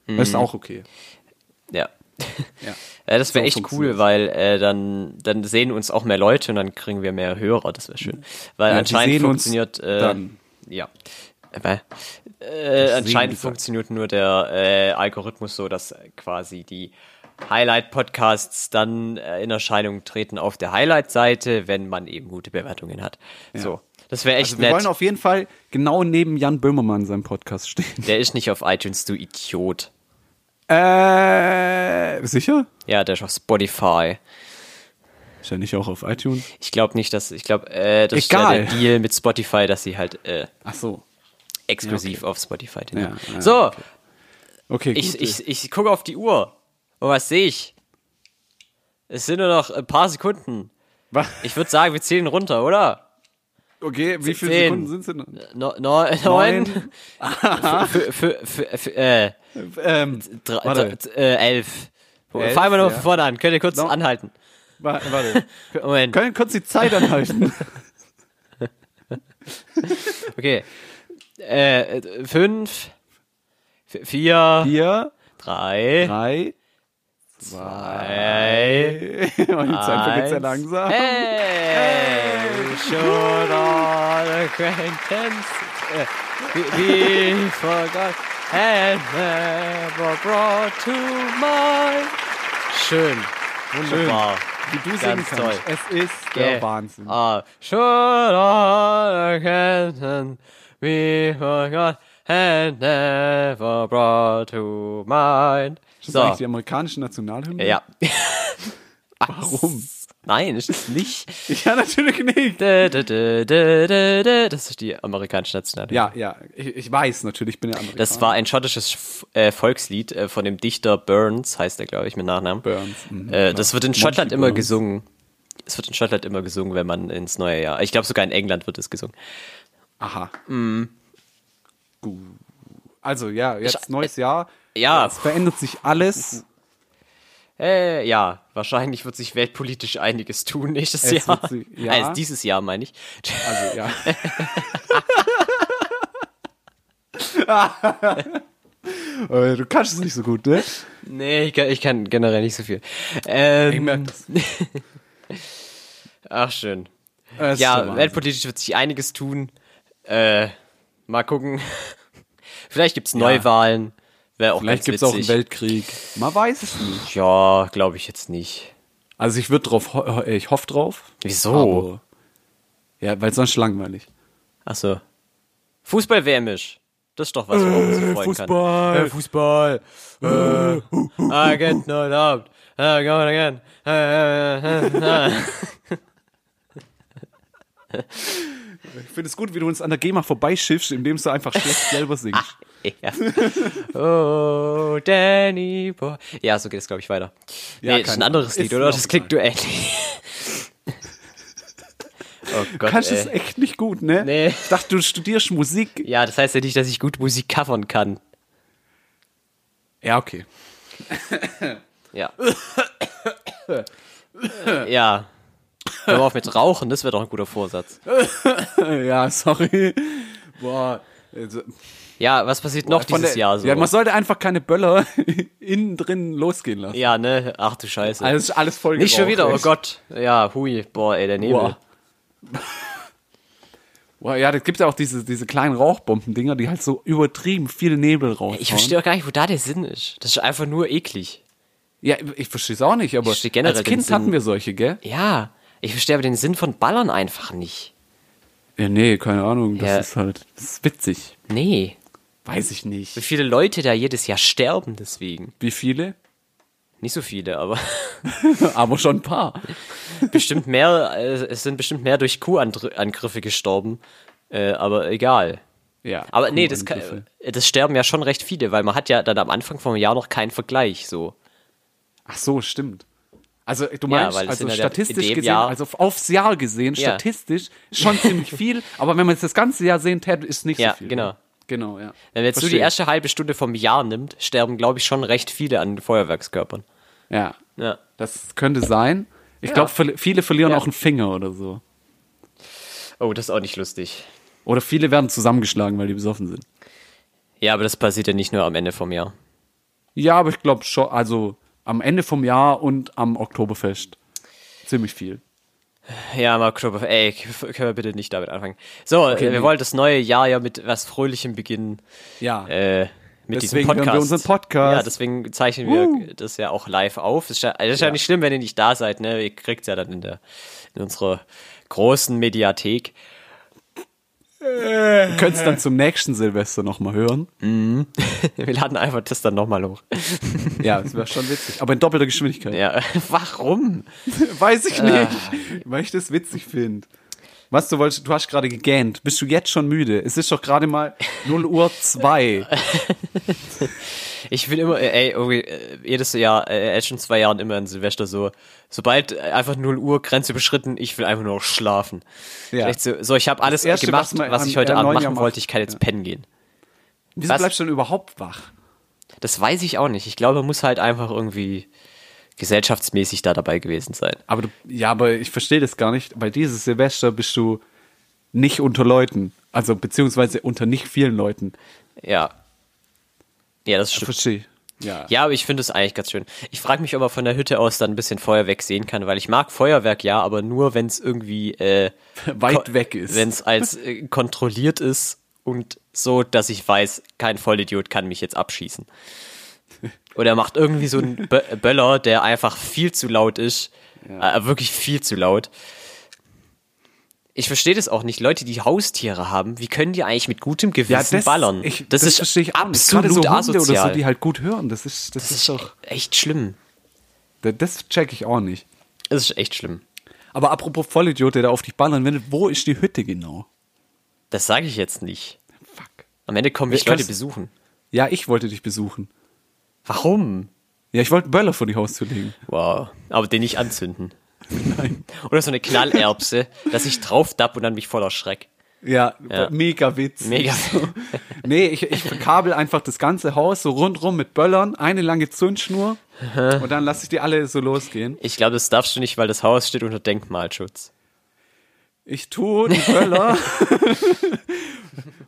Speaker 1: Mhm.
Speaker 2: Das ist auch okay.
Speaker 1: Ja.
Speaker 2: Ja.
Speaker 1: Ja, das wäre
Speaker 2: So
Speaker 1: echt cool,
Speaker 2: funktioniert's.
Speaker 1: weil äh, dann, dann sehen uns auch mehr Leute und dann kriegen wir mehr Hörer, das wäre schön. Weil
Speaker 2: Ja, die
Speaker 1: anscheinend
Speaker 2: sehen uns
Speaker 1: funktioniert äh,
Speaker 2: dann.
Speaker 1: ja. Weil, äh, anscheinend
Speaker 2: gesagt.
Speaker 1: funktioniert nur der äh, Algorithmus so, dass quasi die Highlight-Podcasts dann äh, in Erscheinung treten auf der Highlight-Seite, wenn man eben gute Bewertungen hat. So. Das wäre echt
Speaker 2: Also wir
Speaker 1: nett.
Speaker 2: wollen auf jeden Fall genau neben Jan Böhmermann in seinem Podcast stehen.
Speaker 1: der ist nicht auf iTunes, du Idiot.
Speaker 2: Äh, sicher?
Speaker 1: Ja, der ist auf Spotify.
Speaker 2: Ist ja nicht auch auf iTunes.
Speaker 1: Ich glaube nicht, dass ich glaube, äh, das
Speaker 2: Egal.
Speaker 1: ist ja der Deal mit Spotify, dass sie halt äh,
Speaker 2: Ach so.
Speaker 1: exklusiv auf Spotify den
Speaker 2: Ja,
Speaker 1: haben.
Speaker 2: ja,
Speaker 1: So,
Speaker 2: Okay,
Speaker 1: ich,
Speaker 2: gut.
Speaker 1: ich, ich gucke auf die Uhr. Und was sehe ich? Es sind nur noch ein paar Sekunden.
Speaker 2: Wa-
Speaker 1: Ich würde sagen, wir zählen runter, oder?
Speaker 2: okay, wie viele
Speaker 1: Zehn.
Speaker 2: Sekunden sind es denn?
Speaker 1: No, no, neun. für, für, für, für, äh,
Speaker 2: Ähm,
Speaker 1: drei,
Speaker 2: Warte.
Speaker 1: drei- äh, elf.
Speaker 2: Elf,
Speaker 1: Fangen wir noch
Speaker 2: ja.
Speaker 1: von vorne an. Könnt ihr kurz
Speaker 2: No.
Speaker 1: anhalten?
Speaker 2: wa- warte.
Speaker 1: Moment.
Speaker 2: Können kurz die Zeit anhalten?
Speaker 1: Okay. Äh, äh, fünf, v- vier,
Speaker 2: Vier,
Speaker 1: drei,
Speaker 2: drei,
Speaker 1: zwei,
Speaker 2: Und die Zeit vergeht sehr
Speaker 1: Eins.
Speaker 2: langsam.
Speaker 1: Hey! Schon all acquaintance. Äh, we, we forgot and never brought to mind. Schön. Wunderbar.
Speaker 2: Wie du singen
Speaker 1: Ganz
Speaker 2: kannst.
Speaker 1: toll.
Speaker 2: Es ist
Speaker 1: Gell.
Speaker 2: der Wahnsinn.
Speaker 1: Ah, schon all acquaintance. We forgot and never brought to mind.
Speaker 2: Das ist eigentlich
Speaker 1: So.
Speaker 2: die amerikanische Nationalhymne?
Speaker 1: Ja.
Speaker 2: Warum?
Speaker 1: Nein, ist es nicht.
Speaker 2: Ja, natürlich nicht.
Speaker 1: Dä, dä, dä, dä, dä, dä. Das ist die amerikanische Nationalhymne.
Speaker 2: Ja, ja. Ich, ich weiß natürlich, ich bin ja Amerikaner.
Speaker 1: Das war ein schottisches F- äh, Volkslied äh, von dem Dichter Burns, heißt er, glaube ich, mit Nachnamen.
Speaker 2: Burns, mhm,
Speaker 1: äh, das wird in
Speaker 2: Monty
Speaker 1: Schottland immer
Speaker 2: Burns.
Speaker 1: gesungen. Es wird in Schottland immer gesungen, wenn man ins neue Jahr. Ich glaube, sogar in England wird es gesungen.
Speaker 2: Aha.
Speaker 1: Mm.
Speaker 2: Gut. Also, ja, jetzt neues Jahr.
Speaker 1: Ja.
Speaker 2: Es verändert sich alles.
Speaker 1: Äh, ja, wahrscheinlich wird sich weltpolitisch einiges tun nächstes
Speaker 2: Es
Speaker 1: Jahr.
Speaker 2: wird sich- ja.
Speaker 1: Also dieses Jahr meine ich.
Speaker 2: Also, ja. Äh, du kannst es nicht so gut, ne?
Speaker 1: Nee, ich kann, ich kann generell nicht so viel. Ähm,
Speaker 2: Ich merke das.
Speaker 1: Ach, schön.
Speaker 2: Äh, es ist der
Speaker 1: ja,
Speaker 2: Wahnsinn.
Speaker 1: weltpolitisch wird sich einiges tun. Äh, mal gucken. Vielleicht gibt's Neuwahlen. Wäre auch ganz
Speaker 2: Vielleicht gibt es auch einen
Speaker 1: witzig.
Speaker 2: Weltkrieg. Man weiß es nicht.
Speaker 1: Ja, glaube ich jetzt nicht.
Speaker 2: Also ich würde drauf, ho ho- ich hoffe drauf.
Speaker 1: Wieso?
Speaker 2: aber- Ja, weil sonst langweilig.
Speaker 1: Achso. Fußball wämisch. Das ist doch was, worauf man sich freuen kann.
Speaker 2: Fußball.
Speaker 1: Äh, Fußball. Äh, I get no doubt. I go Ah, again. Äh, äh, äh, äh.
Speaker 2: Ich finde es gut, wie du uns an der GEMA vorbeischiffst, indem du einfach schlecht selber singst.
Speaker 1: Ah, Ja. Oh, Danny Boy. Ja, so geht es, glaube ich, weiter.
Speaker 2: Ja,
Speaker 1: nee, das ist ein
Speaker 2: keine
Speaker 1: anderes
Speaker 2: Ahnung.
Speaker 1: Lied,
Speaker 2: Ist
Speaker 1: oder?
Speaker 2: noch
Speaker 1: Das klingt nur ähnlich. oh Gott,
Speaker 2: Kannst es
Speaker 1: ey.
Speaker 2: echt nicht gut, ne?
Speaker 1: Nee.
Speaker 2: Ich dachte, du studierst Musik.
Speaker 1: Ja, das heißt ja nicht, dass ich gut Musik covern kann.
Speaker 2: Ja, okay.
Speaker 1: Ja. ja. Hör mal auf mit Rauchen, das wäre doch ein guter Vorsatz.
Speaker 2: Äh, ja, sorry. Boah. Also,
Speaker 1: Ja, was passiert noch
Speaker 2: von
Speaker 1: dieses
Speaker 2: der-
Speaker 1: Jahr so?
Speaker 2: Ja, man sollte einfach keine Böller innen drin losgehen lassen. Also,
Speaker 1: Ja, ne? Ach du Scheiße.
Speaker 2: Alles, alles voll
Speaker 1: nicht schon
Speaker 2: geraucht,
Speaker 1: wieder, oh
Speaker 2: echt.
Speaker 1: Gott. Ja, hui. Boah, ey, der Nebel.
Speaker 2: Boah. Boah, ja, das gibt ja auch diese, diese kleinen Rauchbombendinger, die halt so übertrieben viel Nebel raushauen.
Speaker 1: Ich verstehe auch gar nicht, wo da der Sinn ist. Das ist einfach nur eklig.
Speaker 2: Ja, ich verstehe es auch nicht, aber
Speaker 1: verstehe generell
Speaker 2: als
Speaker 1: den
Speaker 2: Kind
Speaker 1: Sinn.
Speaker 2: hatten wir solche, gell?
Speaker 1: Ja, ich verstehe aber den Sinn von Ballern einfach nicht.
Speaker 2: Ja, nee, keine Ahnung, das
Speaker 1: Ja.
Speaker 2: ist halt, das ist witzig.
Speaker 1: Nee.
Speaker 2: Weiß ich
Speaker 1: Wie
Speaker 2: nicht.
Speaker 1: viele Leute da jedes Jahr sterben deswegen.
Speaker 2: Wie viele?
Speaker 1: Nicht so viele, aber
Speaker 2: aber schon ein paar.
Speaker 1: bestimmt mehr, äh, es sind bestimmt mehr durch Kuhangriffe gestorben. Äh, aber egal.
Speaker 2: Ja.
Speaker 1: Aber nee, das,
Speaker 2: Kuhangriffe.
Speaker 1: kann, das sterben ja schon recht viele, weil man hat ja dann am Anfang vom Jahr noch keinen Vergleich so.
Speaker 2: Ach so, stimmt. Also du meinst,
Speaker 1: weil es
Speaker 2: also
Speaker 1: sind ja der-
Speaker 2: statistisch
Speaker 1: in dem
Speaker 2: gesehen,
Speaker 1: Jahr-
Speaker 2: also auf- aufs Jahr gesehen,
Speaker 1: Ja.
Speaker 2: statistisch schon ziemlich viel, aber wenn man es das ganze Jahr sehen täte, ist nicht
Speaker 1: Ja,
Speaker 2: so viel.
Speaker 1: genau.
Speaker 2: Genau, ja.
Speaker 1: Wenn man jetzt nur
Speaker 2: Verstehe.
Speaker 1: die erste halbe Stunde vom Jahr nimmt, sterben, glaube ich, schon recht viele an Feuerwerkskörpern.
Speaker 2: Ja.
Speaker 1: Ja.
Speaker 2: Das könnte sein. Ich glaube, viele verlieren
Speaker 1: Ja.
Speaker 2: auch einen Finger oder so.
Speaker 1: Oh, das ist auch nicht lustig.
Speaker 2: Oder viele werden zusammengeschlagen, weil die besoffen sind.
Speaker 1: Ja, aber das passiert ja nicht nur am Ende vom Jahr.
Speaker 2: Ja, aber ich glaube schon, also am Ende vom Jahr und am Oktoberfest. Ziemlich viel.
Speaker 1: Ja, im Oktober. Ey, k- f- können wir bitte nicht damit anfangen. So, äh, wir
Speaker 2: nee.
Speaker 1: wollen das neue Jahr ja mit was Fröhlichem beginnen.
Speaker 2: Ja.
Speaker 1: Äh, mit
Speaker 2: Deswegen
Speaker 1: diesem
Speaker 2: hören wir
Speaker 1: Podcast.
Speaker 2: unseren Podcast.
Speaker 1: Ja, deswegen zeichnen wir das ja auch live auf. Das ist ja, das ist ja. nicht schlimm, wenn ihr nicht da seid, ne? Ihr kriegt's ja dann in, der, in unserer großen Mediathek.
Speaker 2: Wir können es dann zum nächsten Silvester nochmal hören.
Speaker 1: Wir laden einfach das dann nochmal hoch.
Speaker 2: Ja, das wäre schon witzig. Aber in doppelter Geschwindigkeit.
Speaker 1: Ja, Ah. warum?
Speaker 2: Weiß ich nicht, weil ich das witzig finde. Was, du wolltest, du hast gerade gegähnt. Bist du jetzt schon müde? Es ist doch gerade mal 0 Uhr 2.
Speaker 1: Ich will immer, äh, ey, irgendwie, äh, jedes Jahr, äh, äh, schon zwei Jahren immer an Silvester so, sobald äh, einfach 0 Uhr Grenze überschritten, ich will einfach nur noch schlafen.
Speaker 2: Ja.
Speaker 1: Echt So, so, ich habe alles
Speaker 2: Erste,
Speaker 1: gemacht,
Speaker 2: was
Speaker 1: was,
Speaker 2: man
Speaker 1: ich
Speaker 2: am,
Speaker 1: heute
Speaker 2: äh,
Speaker 1: Abend
Speaker 2: neuen
Speaker 1: machen
Speaker 2: Jahr
Speaker 1: wollte,
Speaker 2: macht.
Speaker 1: ich kann jetzt
Speaker 2: Ja.
Speaker 1: pennen gehen.
Speaker 2: Wieso
Speaker 1: Was?
Speaker 2: bleibst du denn überhaupt wach?
Speaker 1: Das weiß ich auch nicht. Ich glaube, muss halt einfach irgendwie gesellschaftsmäßig da dabei gewesen sein.
Speaker 2: Aber du, ja, aber ich verstehe das gar nicht, weil dieses Silvester bist du nicht unter Leuten. Also beziehungsweise unter nicht vielen Leuten.
Speaker 1: Ja. Ja, das stimmt.
Speaker 2: Verstehe. Ja.
Speaker 1: Ja, aber ich finde es eigentlich ganz schön. Ich frage mich, ob man von der Hütte aus dann ein bisschen Feuerwerk sehen kann, weil ich mag Feuerwerk ja, aber nur, wenn es irgendwie äh,
Speaker 2: Weit
Speaker 1: ko-
Speaker 2: weg ist.
Speaker 1: Wenn es als äh, kontrolliert ist und so, dass ich weiß, kein Vollidiot kann mich jetzt abschießen. Oder macht irgendwie so einen Bö Böller, der einfach viel zu laut ist. Äh, wirklich viel zu laut. Ich verstehe das auch nicht. Leute, die Haustiere haben, wie können die eigentlich mit gutem Gewissen ballern?
Speaker 2: Ich,
Speaker 1: das, ist
Speaker 2: verstehe ich auch nicht. Gerade
Speaker 1: absolut
Speaker 2: so Hunde
Speaker 1: asozial.
Speaker 2: oder so, die halt gut hören. Das ist, das,
Speaker 1: das
Speaker 2: ist
Speaker 1: ist e-,
Speaker 2: doch.
Speaker 1: echt schlimm.
Speaker 2: Das check ich auch nicht.
Speaker 1: Das ist echt schlimm.
Speaker 2: Aber apropos Vollidiot, der da auf dich ballern will, wo ist die Hütte genau?
Speaker 1: Das sage ich jetzt nicht.
Speaker 2: Fuck.
Speaker 1: Am Ende kommen mich
Speaker 2: Ich kann's-
Speaker 1: Leute besuchen.
Speaker 2: Ja, ich wollte dich besuchen.
Speaker 1: Warum?
Speaker 2: Ja, ich wollte einen Böller vor die Haustür legen.
Speaker 1: Wow. Aber den nicht anzünden. Nein. Oder so eine Knallerbse, dass ich drauf dapp und dann mich voller Schreck.
Speaker 2: Ja,
Speaker 1: Ja.
Speaker 2: mega Witz.
Speaker 1: Mega.
Speaker 2: Nee, ich, ich verkabel einfach das ganze Haus so rundrum mit Böllern, eine lange Zündschnur und dann lasse ich die alle so losgehen.
Speaker 1: Ich glaube, das darfst du nicht, weil das Haus steht unter Denkmalschutz.
Speaker 2: Ich tue die Böller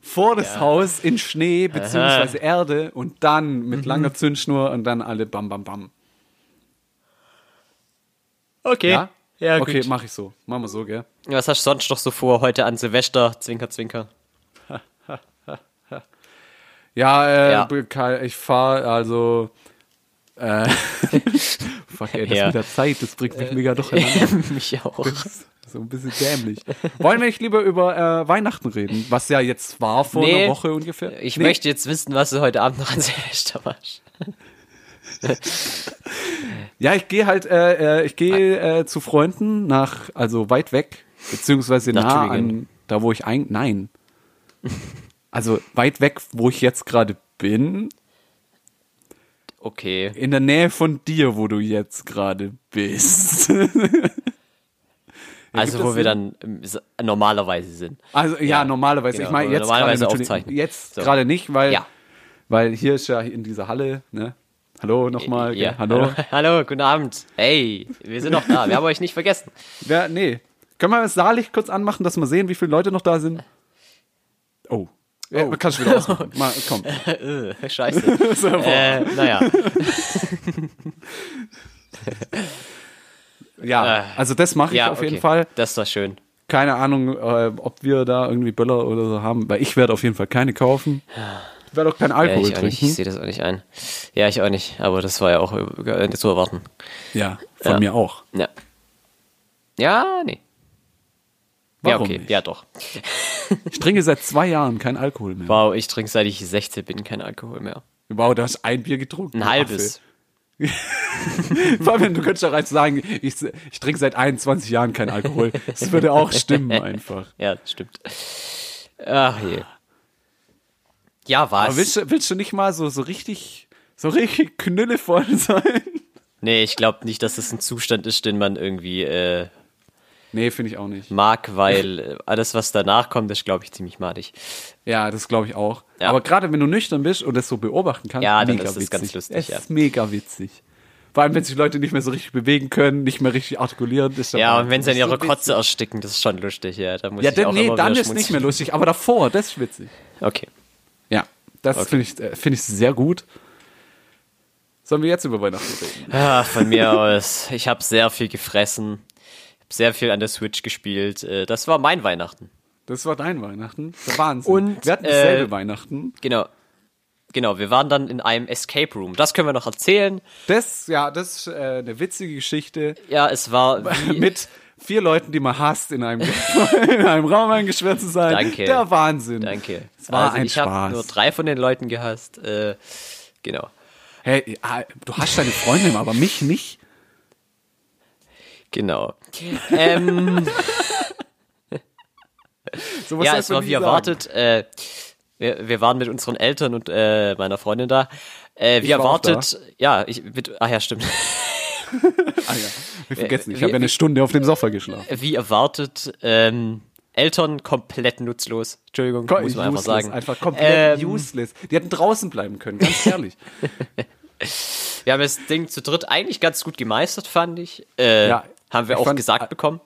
Speaker 2: vor das Haus in Schnee beziehungsweise Erde und dann
Speaker 1: Mhm.
Speaker 2: mit langer Zündschnur und dann alle bam, bam, bam.
Speaker 1: Okay.
Speaker 2: Ja?
Speaker 1: Ja, gut.
Speaker 2: okay, mach ich so. Machen wir so, gell?
Speaker 1: Was hast du sonst noch so vor heute an Silvester? Zwinker, zwinker.
Speaker 2: Ja, äh,
Speaker 1: Ja.
Speaker 2: Ke- ich fahre also. Äh, fuck, ey, das
Speaker 1: Ja. Äh,
Speaker 2: mit der Zeit, das bringt mich mega durcheinander.
Speaker 1: mich auch.
Speaker 2: So ein bisschen dämlich. Wollen wir nicht lieber über äh, Weihnachten reden, was ja jetzt war vor
Speaker 1: Nee.
Speaker 2: einer Woche ungefähr?
Speaker 1: Ich
Speaker 2: Nee.
Speaker 1: möchte jetzt wissen, was du heute Abend noch an Silvester machst.
Speaker 2: Ja, ich gehe halt, äh, äh, ich gehe äh, zu Freunden nach, also weit weg, beziehungsweise
Speaker 1: Nach
Speaker 2: nah an
Speaker 1: Tübingen.
Speaker 2: da, wo ich eigentlich, nein. Also weit weg, wo ich jetzt gerade bin,
Speaker 1: Okay.
Speaker 2: in der Nähe von dir, wo du jetzt gerade bist.
Speaker 1: Also,
Speaker 2: das
Speaker 1: wo wir
Speaker 2: Sinn?
Speaker 1: dann ähm, s- normalerweise sind.
Speaker 2: Also ja, normalerweise.
Speaker 1: genau,
Speaker 2: ich meine
Speaker 1: aber
Speaker 2: jetzt gerade
Speaker 1: normalerweise
Speaker 2: natürlich-
Speaker 1: aufzeichnen.
Speaker 2: jetzt
Speaker 1: So.
Speaker 2: gerade nicht, weil
Speaker 1: Ja.
Speaker 2: weil hier ist ja in dieser Halle. Ne? Hallo nochmal.
Speaker 1: Äh, Ja,
Speaker 2: Ja, hallo.
Speaker 1: Hallo, guten Abend. Hey, wir sind noch da. Wir haben euch nicht vergessen.
Speaker 2: Wer, nee, können wir das Saallicht kurz anmachen, dass wir sehen, wie viele Leute noch da sind? Oh. Ja, kannst du wieder ausmachen. Mal, komm.
Speaker 1: Äh, Scheiße.
Speaker 2: So, boah.
Speaker 1: äh, naja.
Speaker 2: ja, also das mache ich
Speaker 1: Ja,
Speaker 2: auf
Speaker 1: okay. Äh,
Speaker 2: also jeden Fall.
Speaker 1: Das war schön.
Speaker 2: Keine Ahnung, äh, ob wir da irgendwie Böller oder so haben, weil ich werde auf jeden Fall keine kaufen. Ich werde auch keinen
Speaker 1: Ja,
Speaker 2: Alkohol
Speaker 1: Äh, ich auch nicht, ich
Speaker 2: trinken.
Speaker 1: sehe das auch nicht ein. Ja, ich auch nicht, aber das war ja auch äh, zu erwarten.
Speaker 2: Ja, von
Speaker 1: Ja.
Speaker 2: mir auch.
Speaker 1: Ja. Ja, nee.
Speaker 2: Warum
Speaker 1: ja, okay.
Speaker 2: nicht?
Speaker 1: Ja, doch.
Speaker 2: Ich trinke seit zwei Jahren keinen Alkohol mehr.
Speaker 1: Wow, ich trinke seit ich 16 bin keinen Alkohol mehr.
Speaker 2: Wow, du hast ein Bier getrunken.
Speaker 1: Ein
Speaker 2: du
Speaker 1: halbes.
Speaker 2: Affe. Fabian, du könntest doch jetzt sagen, ich, ich trinke seit 21 Jahren keinen Alkohol. Das würde auch stimmen einfach.
Speaker 1: Ja, das stimmt. Ach je. Ja,
Speaker 2: Aber willst,
Speaker 1: was?
Speaker 2: du- willst du nicht mal so, so richtig, so richtig knüllevoll sein?
Speaker 1: Nee, ich glaube nicht, dass das ein Zustand ist, den man irgendwie äh,
Speaker 2: Nee, finde ich auch nicht.
Speaker 1: mag, weil äh, alles, was danach kommt, ist, glaube ich, ziemlich madig.
Speaker 2: Ja, das glaube ich auch.
Speaker 1: Ja.
Speaker 2: Aber gerade wenn du nüchtern bist und das so beobachten kannst,
Speaker 1: Ja, dann
Speaker 2: mega
Speaker 1: ist das
Speaker 2: witzig.
Speaker 1: ganz lustig,
Speaker 2: Es
Speaker 1: ja.
Speaker 2: ist mega witzig. Vor allem, wenn sich Leute nicht mehr so richtig bewegen können, nicht mehr richtig artikulieren. Ist
Speaker 1: Ja, und wenn sie an
Speaker 2: ja
Speaker 1: ihre Kotze ersticken, das ist schon lustig, ja. Da muss
Speaker 2: Ja,
Speaker 1: ich
Speaker 2: dann,
Speaker 1: auch
Speaker 2: nee,
Speaker 1: immer
Speaker 2: dann
Speaker 1: wieder
Speaker 2: ist nicht mehr lustig, aber davor, das ist witzig.
Speaker 1: schmunzeln. Okay.
Speaker 2: Ja, das finde ich, äh, finde ich sehr gut. Sollen wir jetzt über Weihnachten reden?
Speaker 1: Ah, von mir aus. Ich habe sehr viel gefressen. Ich habe sehr viel an der Switch gespielt. Äh, Das war mein Weihnachten.
Speaker 2: Das war dein Weihnachten. Der Wahnsinn.
Speaker 1: Und,
Speaker 2: wir hatten dieselbe
Speaker 1: äh,
Speaker 2: Weihnachten.
Speaker 1: Genau. Genau, wir waren dann in einem Escape Room. Das können wir noch erzählen.
Speaker 2: Das, ja, das ist äh, eine witzige Geschichte
Speaker 1: Ja, es war wie,
Speaker 2: mit vier Leuten, die man hasst, in einem, in einem Raum eingesperrt zu sein.
Speaker 1: Danke.
Speaker 2: Der Wahnsinn.
Speaker 1: Danke.
Speaker 2: Es war
Speaker 1: also
Speaker 2: ein
Speaker 1: ich habe
Speaker 2: Spaß.
Speaker 1: nur drei von den Leuten gehasst. Äh, genau.
Speaker 2: hey, ah, du hast deine Freundin, aber mich nicht.
Speaker 1: Genau. Ähm,
Speaker 2: Sowas
Speaker 1: ja,
Speaker 2: darf
Speaker 1: es
Speaker 2: man
Speaker 1: war
Speaker 2: nie
Speaker 1: wie
Speaker 2: sagen.
Speaker 1: erwartet. Äh, wir, wir waren mit unseren Eltern und äh, meiner Freundin da. Äh, wie
Speaker 2: war auch
Speaker 1: erwartet, ja, ich mit, ach ja, stimmt.
Speaker 2: Ah, ja. Wir vergessen, ich
Speaker 1: Äh, wir-
Speaker 2: habe ja eine Stunde auf dem Sofa geschlafen.
Speaker 1: Wie erwartet, ähm, Eltern komplett nutzlos. Entschuldigung,
Speaker 2: Ko-
Speaker 1: muss man einfach
Speaker 2: useless,
Speaker 1: sagen.
Speaker 2: Einfach komplett
Speaker 1: Ähm,
Speaker 2: useless. Die hätten draußen bleiben können, ganz ehrlich.
Speaker 1: Wir haben das Ding zu dritt eigentlich ganz gut gemeistert, fand ich. Äh,
Speaker 2: Ja,
Speaker 1: haben wir
Speaker 2: ich
Speaker 1: auch
Speaker 2: fand-
Speaker 1: gesagt bekommen.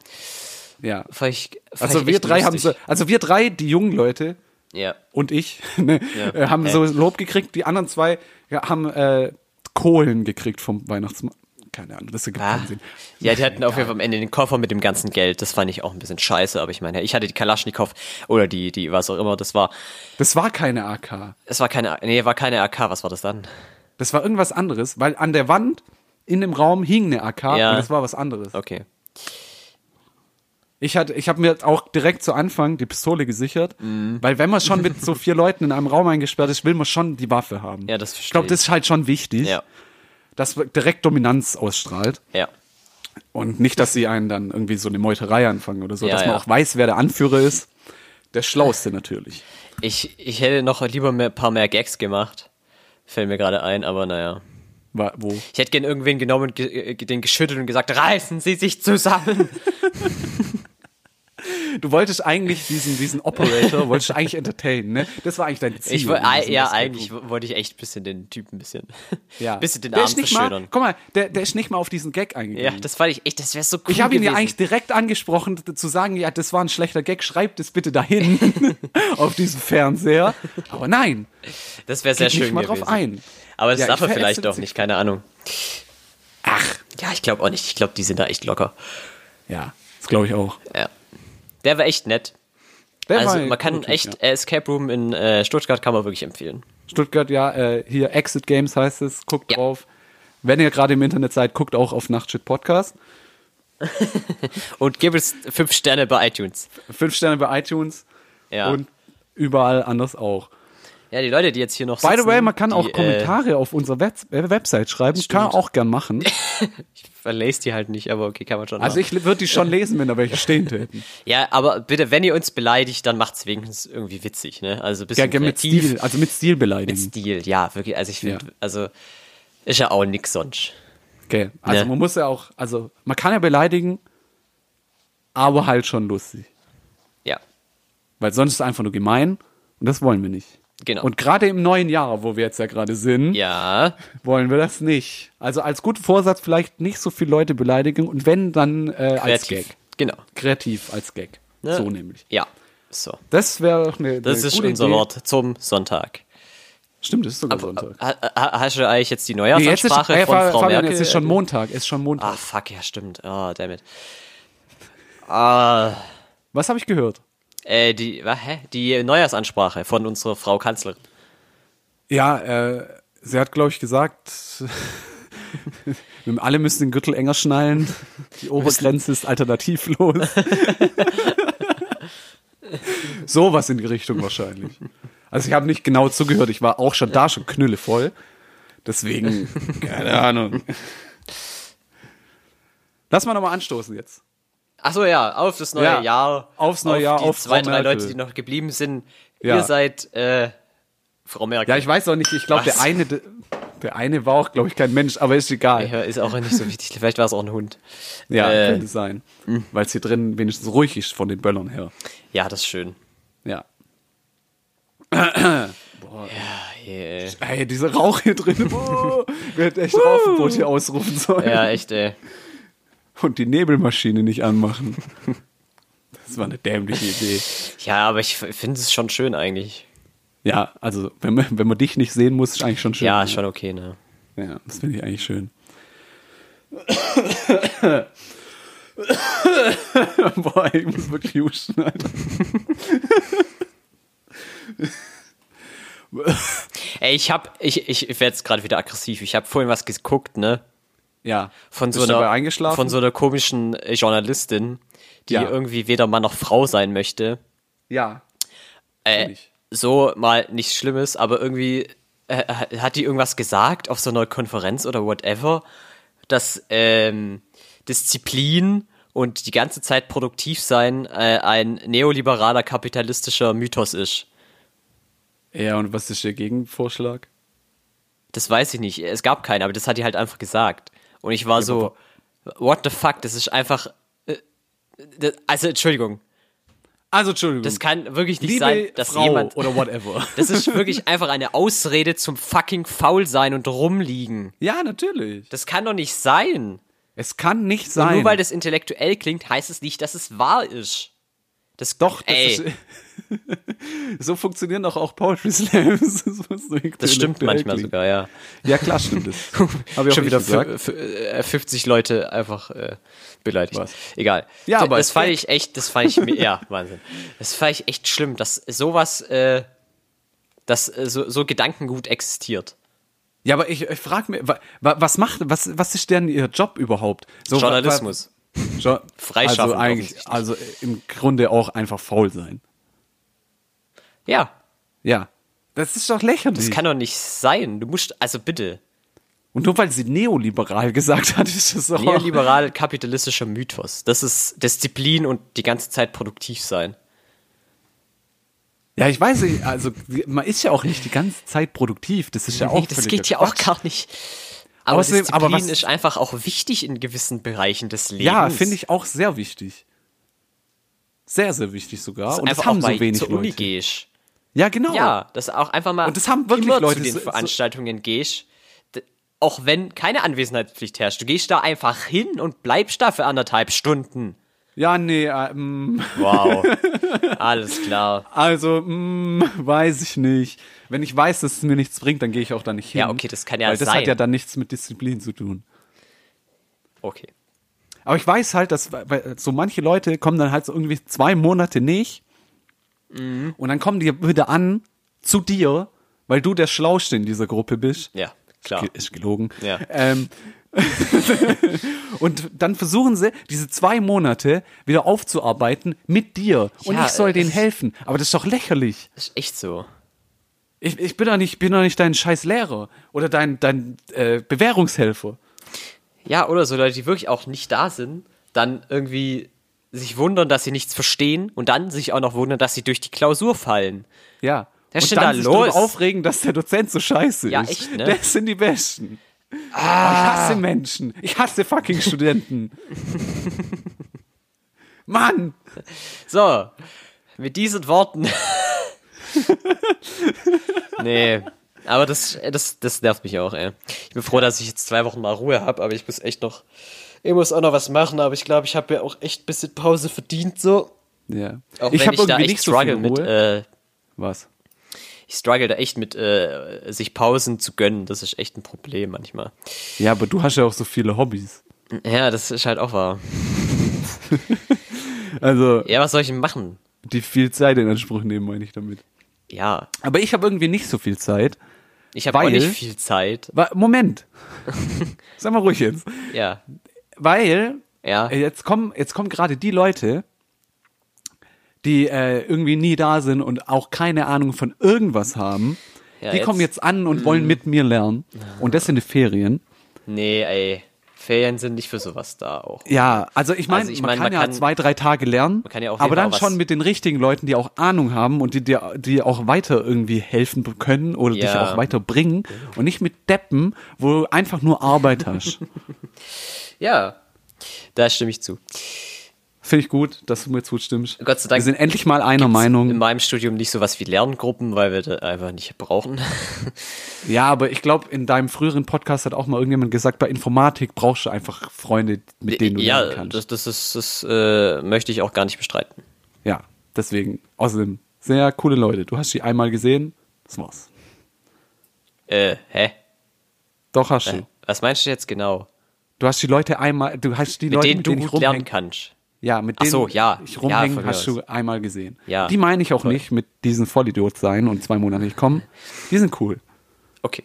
Speaker 2: ja.
Speaker 1: Fand ich, fand
Speaker 2: Also
Speaker 1: ich
Speaker 2: wir
Speaker 1: echt
Speaker 2: drei haben so,
Speaker 1: lustig.
Speaker 2: also wir drei, die jungen Leute
Speaker 1: Ja.
Speaker 2: und ich, ne,
Speaker 1: Ja.
Speaker 2: äh, haben so Lob gekriegt. Die anderen zwei ja, haben äh, Kohlen gekriegt vom Weihnachtsmann. Keine Ahnung, das ergibt
Speaker 1: Ah.
Speaker 2: keinen Sinn.
Speaker 1: Ja, die hatten auf jeden Fall am Ende den Koffer mit dem ganzen Geld. Das fand ich auch ein bisschen scheiße, aber ich meine, ich hatte die Kalaschnikow oder die, die, was auch immer, das war,
Speaker 2: Das war keine AK.
Speaker 1: es war keine, nee, war keine AK, was war das dann?
Speaker 2: Das war irgendwas anderes, weil an der Wand in dem Raum hing eine AK
Speaker 1: Ja.
Speaker 2: und das war was anderes.
Speaker 1: Okay.
Speaker 2: Ich, hatte- ich habe mir auch direkt zu Anfang die Pistole gesichert,
Speaker 1: Mhm.
Speaker 2: weil wenn man schon mit so vier Leuten in einem Raum eingesperrt ist, will man schon die Waffe haben.
Speaker 1: Ja, das verstehe
Speaker 2: Ich glaube, das ist halt schon wichtig,
Speaker 1: Ja,
Speaker 2: dass man direkt Dominanz ausstrahlt.
Speaker 1: ja.
Speaker 2: Und nicht, dass sie einen dann irgendwie so eine Meuterei anfangen oder so,
Speaker 1: Ja,
Speaker 2: dass man
Speaker 1: ja.
Speaker 2: auch weiß, wer der Anführer ist. Der Schlauste natürlich.
Speaker 1: Ich, ich hätte noch lieber mehr, paar mehr Gags gemacht. Fällt mir gerade ein, aber naja.
Speaker 2: Wa- Wo?
Speaker 1: Ich hätte gern irgendwen genommen und ge äh, den geschüttelt und gesagt, reißen Sie sich zusammen.
Speaker 2: Du wolltest eigentlich diesen, diesen Operator, wolltest du eigentlich entertainen, ne? Das war eigentlich dein Ziel.
Speaker 1: Ich, woll-
Speaker 2: in
Speaker 1: ei-
Speaker 2: diesem
Speaker 1: ja,
Speaker 2: Escape
Speaker 1: eigentlich wo- wollte ich echt ein bisschen den Typen ein bisschen,
Speaker 2: Ja.
Speaker 1: bisschen den
Speaker 2: Der
Speaker 1: Abend
Speaker 2: ist nicht mal,
Speaker 1: verschönern.
Speaker 2: guck mal, der, der ist nicht mal auf diesen Gag
Speaker 1: Ja,
Speaker 2: eingegangen.
Speaker 1: das fand ich echt, das wäre so cool
Speaker 2: ich habe ihn ja
Speaker 1: gewesen.
Speaker 2: eigentlich direkt angesprochen, d- zu sagen, ja, das war ein schlechter Gag, schreibt es bitte dahin auf diesen Fernseher. Aber nein,
Speaker 1: Das wäre sehr
Speaker 2: Geht
Speaker 1: schön
Speaker 2: nicht mal drauf
Speaker 1: gewesen.
Speaker 2: ein.
Speaker 1: Aber das
Speaker 2: Ja,
Speaker 1: darf
Speaker 2: ich
Speaker 1: er vielleicht
Speaker 2: verätze
Speaker 1: auch
Speaker 2: sich.
Speaker 1: nicht, keine Ahnung. Ach, ja, ich glaube auch nicht. Ich glaube, die sind da echt locker.
Speaker 2: ja, das glaube ich auch.
Speaker 1: Ja. Der war echt nett.
Speaker 2: Der
Speaker 1: also
Speaker 2: war
Speaker 1: man kann
Speaker 2: guter Typ,
Speaker 1: echt
Speaker 2: ja.
Speaker 1: äh, Escape Room in äh, Stuttgart kann man wirklich empfehlen.
Speaker 2: Stuttgart, ja, äh, hier Exit Games heißt es, guckt
Speaker 1: Ja.
Speaker 2: drauf. Wenn ihr gerade im Internet seid, guckt auch auf Nachtshit Podcast.
Speaker 1: Und gib es fünf Sterne bei iTunes.
Speaker 2: Fünf Sterne bei iTunes
Speaker 1: Ja.
Speaker 2: und überall anders auch.
Speaker 1: ja, die Leute, die jetzt hier noch
Speaker 2: By
Speaker 1: sitzen,
Speaker 2: the way, man kann
Speaker 1: die, äh,
Speaker 2: auch Kommentare auf unserer Web äh, Website schreiben. Kann man auch gern machen.
Speaker 1: Äh, verlässt die halt nicht, aber okay, kann man schon.
Speaker 2: Also
Speaker 1: machen.
Speaker 2: ich würde die schon lesen, wenn da welche stehen täten.
Speaker 1: ja, aber bitte, wenn ihr uns beleidigt, dann macht's wenigstens irgendwie witzig, ne? Also ein bisschen
Speaker 2: Ja, gern mit
Speaker 1: kreativ.
Speaker 2: Stil, also mit Stil
Speaker 1: Mit
Speaker 2: beleidigen.
Speaker 1: Stil, ja, wirklich. Also ich finde,
Speaker 2: Ja.
Speaker 1: also ist ja auch nix sonst.
Speaker 2: Okay. Also
Speaker 1: Ne.
Speaker 2: man muss ja auch, also man kann ja beleidigen, aber halt schon lustig.
Speaker 1: Ja.
Speaker 2: Weil sonst ist es einfach nur gemein und das wollen wir nicht.
Speaker 1: Genau.
Speaker 2: Und gerade im neuen Jahr, wo wir jetzt ja gerade sind,
Speaker 1: Ja.
Speaker 2: wollen wir das nicht. Also als guten Vorsatz vielleicht nicht so viele Leute beleidigen und wenn, dann äh, als
Speaker 1: Kreativ.
Speaker 2: Gag.
Speaker 1: Genau.
Speaker 2: Kreativ als Gag.
Speaker 1: Ne?
Speaker 2: So nämlich.
Speaker 1: Ja. So.
Speaker 2: Das wäre doch eine,
Speaker 1: Das
Speaker 2: eine
Speaker 1: ist
Speaker 2: gute
Speaker 1: unser
Speaker 2: Idee.
Speaker 1: Wort zum Sonntag.
Speaker 2: Stimmt, das ist sogar Sonntag.
Speaker 1: Ha, ha, hast du eigentlich jetzt die
Speaker 2: Nee, jetzt ist,
Speaker 1: Neujahrsansprache
Speaker 2: ey,
Speaker 1: von
Speaker 2: Fa-
Speaker 1: Frau
Speaker 2: Fabian,
Speaker 1: Merkel? äh,
Speaker 2: jetzt ist schon Montag, ist schon
Speaker 1: ah,
Speaker 2: Montag.
Speaker 1: fuck, ja, stimmt. Ah, damn it. Ah,
Speaker 2: Was habe ich gehört?
Speaker 1: Äh, die, wa- hä? die Neujahrsansprache von unserer Frau Kanzlerin.
Speaker 2: Ja, äh, sie hat, glaube ich, gesagt, wir alle müssen den Gürtel enger schnallen. Die Obergrenze ist alternativlos. Sowas in die Richtung wahrscheinlich. Also ich habe nicht genau zugehört. Ich war auch schon da, schon knüllevoll. Deswegen, keine Ahnung. Lass mal nochmal anstoßen jetzt.
Speaker 1: Achso, ja, auf das neue
Speaker 2: Ja,
Speaker 1: Jahr.
Speaker 2: aufs neue Jahr,
Speaker 1: die
Speaker 2: auf
Speaker 1: zwei,
Speaker 2: Frau
Speaker 1: drei
Speaker 2: Merkel.
Speaker 1: Leute, die noch geblieben sind.
Speaker 2: Ja.
Speaker 1: Ihr seid äh, Frau Merkel.
Speaker 2: Ja, ich weiß auch nicht. Ich glaube, der
Speaker 1: Was?
Speaker 2: eine, der eine war auch, glaube ich, kein Mensch, aber ist egal.
Speaker 1: Ja, ist auch nicht so wichtig. Vielleicht war es auch ein Hund.
Speaker 2: Ja,
Speaker 1: Äh,
Speaker 2: könnte sein. Weil es hier drin wenigstens ruhig ist von den Böllern her.
Speaker 1: Ja, das ist schön.
Speaker 2: Ja.
Speaker 1: Ah, Yeah.
Speaker 2: Ey, dieser Rauch hier drin. Oh, wir hätten echt Rauchverbot hier ausrufen sollen.
Speaker 1: Ja, echt, äh, ey.
Speaker 2: Und die Nebelmaschine nicht anmachen. Das war eine dämliche Idee.
Speaker 1: Ja, aber ich f- finde es schon schön eigentlich.
Speaker 2: Ja, also, wenn man, wenn man dich nicht sehen muss, ist eigentlich schon schön.
Speaker 1: Ja, ist schon okay, ne?
Speaker 2: Ja, das finde ich eigentlich schön. Boah, ich muss wirklich husten, Alter.
Speaker 1: Ey, ich hab, ich, ich werde jetzt gerade wieder aggressiv. Ich habe vorhin was geguckt, ne?
Speaker 2: Ja.
Speaker 1: Von so,
Speaker 2: Bist du dabei
Speaker 1: einer,
Speaker 2: eingeschlafen?
Speaker 1: von so einer komischen äh, Journalistin, die
Speaker 2: Ja.
Speaker 1: irgendwie weder Mann noch Frau sein möchte.
Speaker 2: ja.
Speaker 1: Äh,
Speaker 2: Nicht.
Speaker 1: so mal nichts Schlimmes, aber irgendwie äh, hat die irgendwas gesagt auf so einer Konferenz oder whatever, dass ähm, Disziplin und die ganze Zeit produktiv sein äh, ein neoliberaler kapitalistischer Mythos ist.
Speaker 2: Ja, und was ist der Gegenvorschlag?
Speaker 1: Das weiß ich nicht. Es gab keinen, aber das hat die halt einfach gesagt. Und ich war so, what the fuck, das ist einfach. Äh, das, also, Entschuldigung,
Speaker 2: Also, Entschuldigung.
Speaker 1: das kann wirklich nicht
Speaker 2: Liebe
Speaker 1: sein, dass
Speaker 2: Frau
Speaker 1: jemand.
Speaker 2: oder whatever.
Speaker 1: Das ist wirklich einfach eine Ausrede zum fucking Faulsein und rumliegen.
Speaker 2: ja, natürlich.
Speaker 1: Das kann doch nicht sein.
Speaker 2: Es kann nicht sein.
Speaker 1: Nur weil das intellektuell klingt, heißt es nicht, dass es wahr ist. Das
Speaker 2: Doch, das
Speaker 1: ey,
Speaker 2: ist, so funktionieren doch auch Poetry Slams. Das, muss so
Speaker 1: das stimmt
Speaker 2: intellektuell
Speaker 1: manchmal
Speaker 2: klingen.
Speaker 1: sogar, ja.
Speaker 2: Ja, klar stimmt es. Hab ich auch
Speaker 1: Schon
Speaker 2: nicht
Speaker 1: wieder
Speaker 2: gesagt.
Speaker 1: fü- fü- äh, 50 Leute einfach äh, beleidigt.
Speaker 2: Was?
Speaker 1: Egal.
Speaker 2: Ja,
Speaker 1: D-
Speaker 2: aber
Speaker 1: das
Speaker 2: es
Speaker 1: fand ich echt, das fand ich mir, ja, Wahnsinn. Das fand ich echt schlimm, dass sowas, äh, dass äh, so, so Gedankengut existiert.
Speaker 2: Ja, aber ich, ich frage mich, wa, wa, was macht, was, was ist denn Ihr Job überhaupt? So, wa- wa-
Speaker 1: Journalismus.
Speaker 2: Jo
Speaker 1: Freischaffend
Speaker 2: also eigentlich,
Speaker 1: offensichtlich.
Speaker 2: also im Grunde auch einfach faul sein.
Speaker 1: Ja,
Speaker 2: Ja. Das ist doch lächerlich.
Speaker 1: das kann doch nicht sein. Du musst, also bitte,
Speaker 2: Und nur weil sie neoliberal gesagt hat, ist das doch auch.
Speaker 1: neoliberal kapitalistischer Mythos. Das ist Disziplin und die ganze Zeit produktiv sein.
Speaker 2: Ja, ich weiß nicht, also man ist ja auch nicht die ganze Zeit produktiv. Das ist ja auch
Speaker 1: Nee, das
Speaker 2: völliger
Speaker 1: geht ja
Speaker 2: Quatsch.
Speaker 1: auch gar nicht. Aber
Speaker 2: Außerdem-
Speaker 1: Disziplin
Speaker 2: aber was-
Speaker 1: ist einfach auch wichtig in gewissen Bereichen des Lebens.
Speaker 2: Ja, finde ich auch sehr wichtig. Sehr, sehr wichtig sogar. und das
Speaker 1: einfach
Speaker 2: haben
Speaker 1: auch mal
Speaker 2: so wenig
Speaker 1: zur Uni
Speaker 2: Leute.
Speaker 1: gehst.
Speaker 2: Ja, genau.
Speaker 1: Ja, das auch einfach mal
Speaker 2: Und das haben wirklich
Speaker 1: immer
Speaker 2: Leute
Speaker 1: zu den
Speaker 2: so- so-
Speaker 1: Veranstaltungen gehst. D- Auch wenn keine Anwesenheitspflicht herrscht. Du gehst da einfach hin und bleibst da für anderthalb Stunden.
Speaker 2: Ja, nee, ähm,
Speaker 1: Wow. Alles klar.
Speaker 2: also, mm, weiß ich nicht. Wenn ich weiß, dass es mir nichts bringt, dann gehe ich auch da nicht hin.
Speaker 1: Ja, okay, das kann ja
Speaker 2: Weil das
Speaker 1: sein.
Speaker 2: hat ja dann nichts mit Disziplin zu tun.
Speaker 1: Okay.
Speaker 2: Aber ich weiß halt, dass weil so manche Leute kommen dann halt so irgendwie zwei Monate nicht
Speaker 1: Mhm.
Speaker 2: und dann kommen die wieder an zu dir, weil du der Schlauste in dieser Gruppe bist.
Speaker 1: Ja, klar.
Speaker 2: Ge- Ist gelogen.
Speaker 1: Ja.
Speaker 2: Ähm, und dann versuchen sie, diese zwei Monate wieder aufzuarbeiten mit dir. Und
Speaker 1: Ja,
Speaker 2: ich soll
Speaker 1: äh,
Speaker 2: denen
Speaker 1: es-
Speaker 2: helfen. Aber das ist doch lächerlich.
Speaker 1: Das ist echt so.
Speaker 2: Ich, ich bin doch nicht, bin doch nicht dein scheiß Lehrer oder dein, dein äh, Bewährungshelfer.
Speaker 1: Ja, oder so Leute, die wirklich auch nicht da sind, dann irgendwie sich wundern, dass sie nichts verstehen und dann sich auch noch wundern, dass sie durch die Klausur fallen.
Speaker 2: Ja.
Speaker 1: Was ist denn
Speaker 2: und
Speaker 1: da
Speaker 2: dann sich darüber
Speaker 1: los?
Speaker 2: aufregen, dass der Dozent so scheiße
Speaker 1: Ja,
Speaker 2: ist.
Speaker 1: echt, ne?
Speaker 2: Das sind die Besten. Ah. Ich hasse Menschen. Ich hasse fucking Studenten. Mann!
Speaker 1: So, mit diesen Worten. nee, aber das, das, das nervt mich auch, ey. Ich bin froh, dass ich jetzt zwei Wochen mal Ruhe habe, aber ich muss echt noch, ich muss auch noch was machen, aber ich glaube, ich habe mir auch echt ein bisschen Pause verdient, so.
Speaker 2: Ja.
Speaker 1: Auch
Speaker 2: ich
Speaker 1: wenn
Speaker 2: habe
Speaker 1: ich da
Speaker 2: irgendwie
Speaker 1: echt
Speaker 2: nicht so viel
Speaker 1: struggle
Speaker 2: Ruhe.
Speaker 1: mit, äh,
Speaker 2: Was?
Speaker 1: ich struggle da echt mit, äh, sich Pausen zu gönnen. Das ist echt ein Problem manchmal.
Speaker 2: Ja, aber du hast ja auch so viele Hobbys.
Speaker 1: Ja, das ist halt auch wahr.
Speaker 2: Also
Speaker 1: Ja, was soll ich denn machen?
Speaker 2: die viel Zeit in Anspruch nehmen, meine ich damit.
Speaker 1: Ja,
Speaker 2: Aber ich habe irgendwie nicht so viel Zeit.
Speaker 1: ich habe auch
Speaker 2: Weil-
Speaker 1: nicht viel Zeit.
Speaker 2: Wa- Moment. Sag mal ruhig jetzt.
Speaker 1: Ja,
Speaker 2: Weil
Speaker 1: ja.
Speaker 2: äh, jetzt kommen, jetzt kommen gerade die Leute, die äh, irgendwie nie da sind und auch keine Ahnung von irgendwas haben.
Speaker 1: Ja,
Speaker 2: die
Speaker 1: jetzt- Mm.
Speaker 2: kommen jetzt an und wollen mit mir lernen. Und das sind die Ferien.
Speaker 1: Nee, ey. Ferien sind nicht für sowas da auch.
Speaker 2: Ja, also ich meine,
Speaker 1: Also ich
Speaker 2: man,
Speaker 1: mein,
Speaker 2: kann
Speaker 1: man
Speaker 2: ja
Speaker 1: kann-
Speaker 2: zwei, drei Tage lernen,
Speaker 1: kann ja auf jeden
Speaker 2: aber
Speaker 1: Fall
Speaker 2: dann
Speaker 1: auch was-
Speaker 2: schon mit den richtigen Leuten, die auch Ahnung haben und die dir, die auch weiter irgendwie helfen können oder dich
Speaker 1: Ja.
Speaker 2: auch weiterbringen und nicht mit Deppen, wo du einfach nur Arbeit hast.
Speaker 1: Ja, da stimme ich zu.
Speaker 2: Finde ich gut, dass du mir zustimmst.
Speaker 1: Gott sei Dank
Speaker 2: Wir sind endlich mal einer
Speaker 1: In
Speaker 2: Meinung.
Speaker 1: meinem Studium nicht sowas wie Lerngruppen, weil wir da einfach nicht brauchen.
Speaker 2: Ja, aber ich glaube, in deinem früheren Podcast hat auch mal irgendjemand gesagt, bei Informatik brauchst du einfach Freunde, mit denen du
Speaker 1: ja,
Speaker 2: lernen kannst.
Speaker 1: das, das, ist, das äh, möchte ich auch gar nicht bestreiten.
Speaker 2: ja, deswegen. Außerdem, sehr coole Leute. Du hast sie einmal gesehen, das war's.
Speaker 1: Äh, hä?
Speaker 2: Doch hast du.
Speaker 1: Was meinst du jetzt genau?
Speaker 2: Du hast die Leute einmal, du hast die
Speaker 1: Mit
Speaker 2: Leute,
Speaker 1: denen
Speaker 2: mit
Speaker 1: du
Speaker 2: denen ich
Speaker 1: gut lernen
Speaker 2: rumhänge.
Speaker 1: kannst.
Speaker 2: Ja, mit
Speaker 1: Ach
Speaker 2: denen
Speaker 1: so, ja.
Speaker 2: ich
Speaker 1: Ja,
Speaker 2: rumhänge,
Speaker 1: von mir
Speaker 2: hast du einmal gesehen.
Speaker 1: Ja.
Speaker 2: Die meine ich auch
Speaker 1: Voll.
Speaker 2: nicht mit diesen Vollidiot sein und zwei Monate nicht kommen. Die sind cool.
Speaker 1: Okay.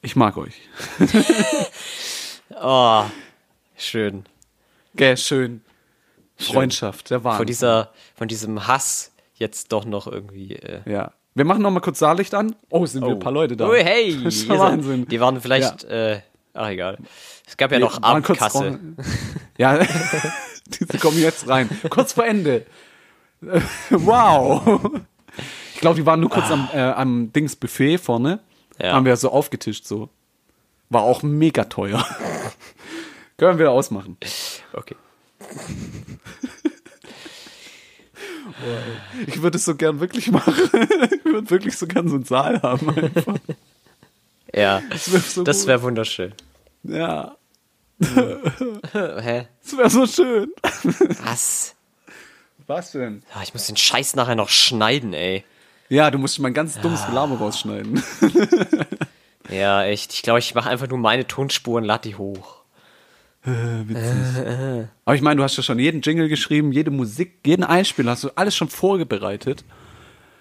Speaker 2: Ich mag euch.
Speaker 1: Oh, schön.
Speaker 2: Gell, schön. Freundschaft, der
Speaker 1: Von,
Speaker 2: Wahnsinn.
Speaker 1: dieser, von diesem Hass jetzt doch noch irgendwie. Äh,
Speaker 2: Ja. Wir machen nochmal kurz Saarlicht an. Oh, sind wir ein paar Leute da.
Speaker 1: Oh, hey,
Speaker 2: Das ist
Speaker 1: ihr
Speaker 2: der
Speaker 1: seid-
Speaker 2: Wahnsinn.
Speaker 1: Die waren vielleicht, äh, ach egal. Es gab ja noch
Speaker 2: waren kurz
Speaker 1: Abendkasse.
Speaker 2: dran. Ja, die kommen jetzt rein. Kurz vor Ende. Äh, Wow. Ich glaube, die waren nur kurz am, äh, am Dings Buffet vorne.
Speaker 1: Ah. Ja.
Speaker 2: Haben wir so aufgetischt so. War auch mega teuer. Können wir ausmachen.
Speaker 1: Okay.
Speaker 2: Ich würde es so gern wirklich machen. Ich würde wirklich so gern so einen Saal haben. Einfach.
Speaker 1: Ja,
Speaker 2: wär so
Speaker 1: das
Speaker 2: gut.
Speaker 1: wäre wunderschön.
Speaker 2: Ja.
Speaker 1: Äh, Hä?
Speaker 2: Das wäre so schön.
Speaker 1: Was?
Speaker 2: Was denn?
Speaker 1: Ah, Ich muss den Scheiß nachher noch schneiden, ey.
Speaker 2: Ja, du musst mein ganz
Speaker 1: Ah.
Speaker 2: dummes Gelaber rausschneiden.
Speaker 1: Ja, echt. Ich glaube, ich mache einfach nur meine Tonspur und lade die hoch.
Speaker 2: Aber ich meine, du hast ja schon jeden Jingle geschrieben, jede Musik, jeden Einspiel, hast du alles schon vorbereitet,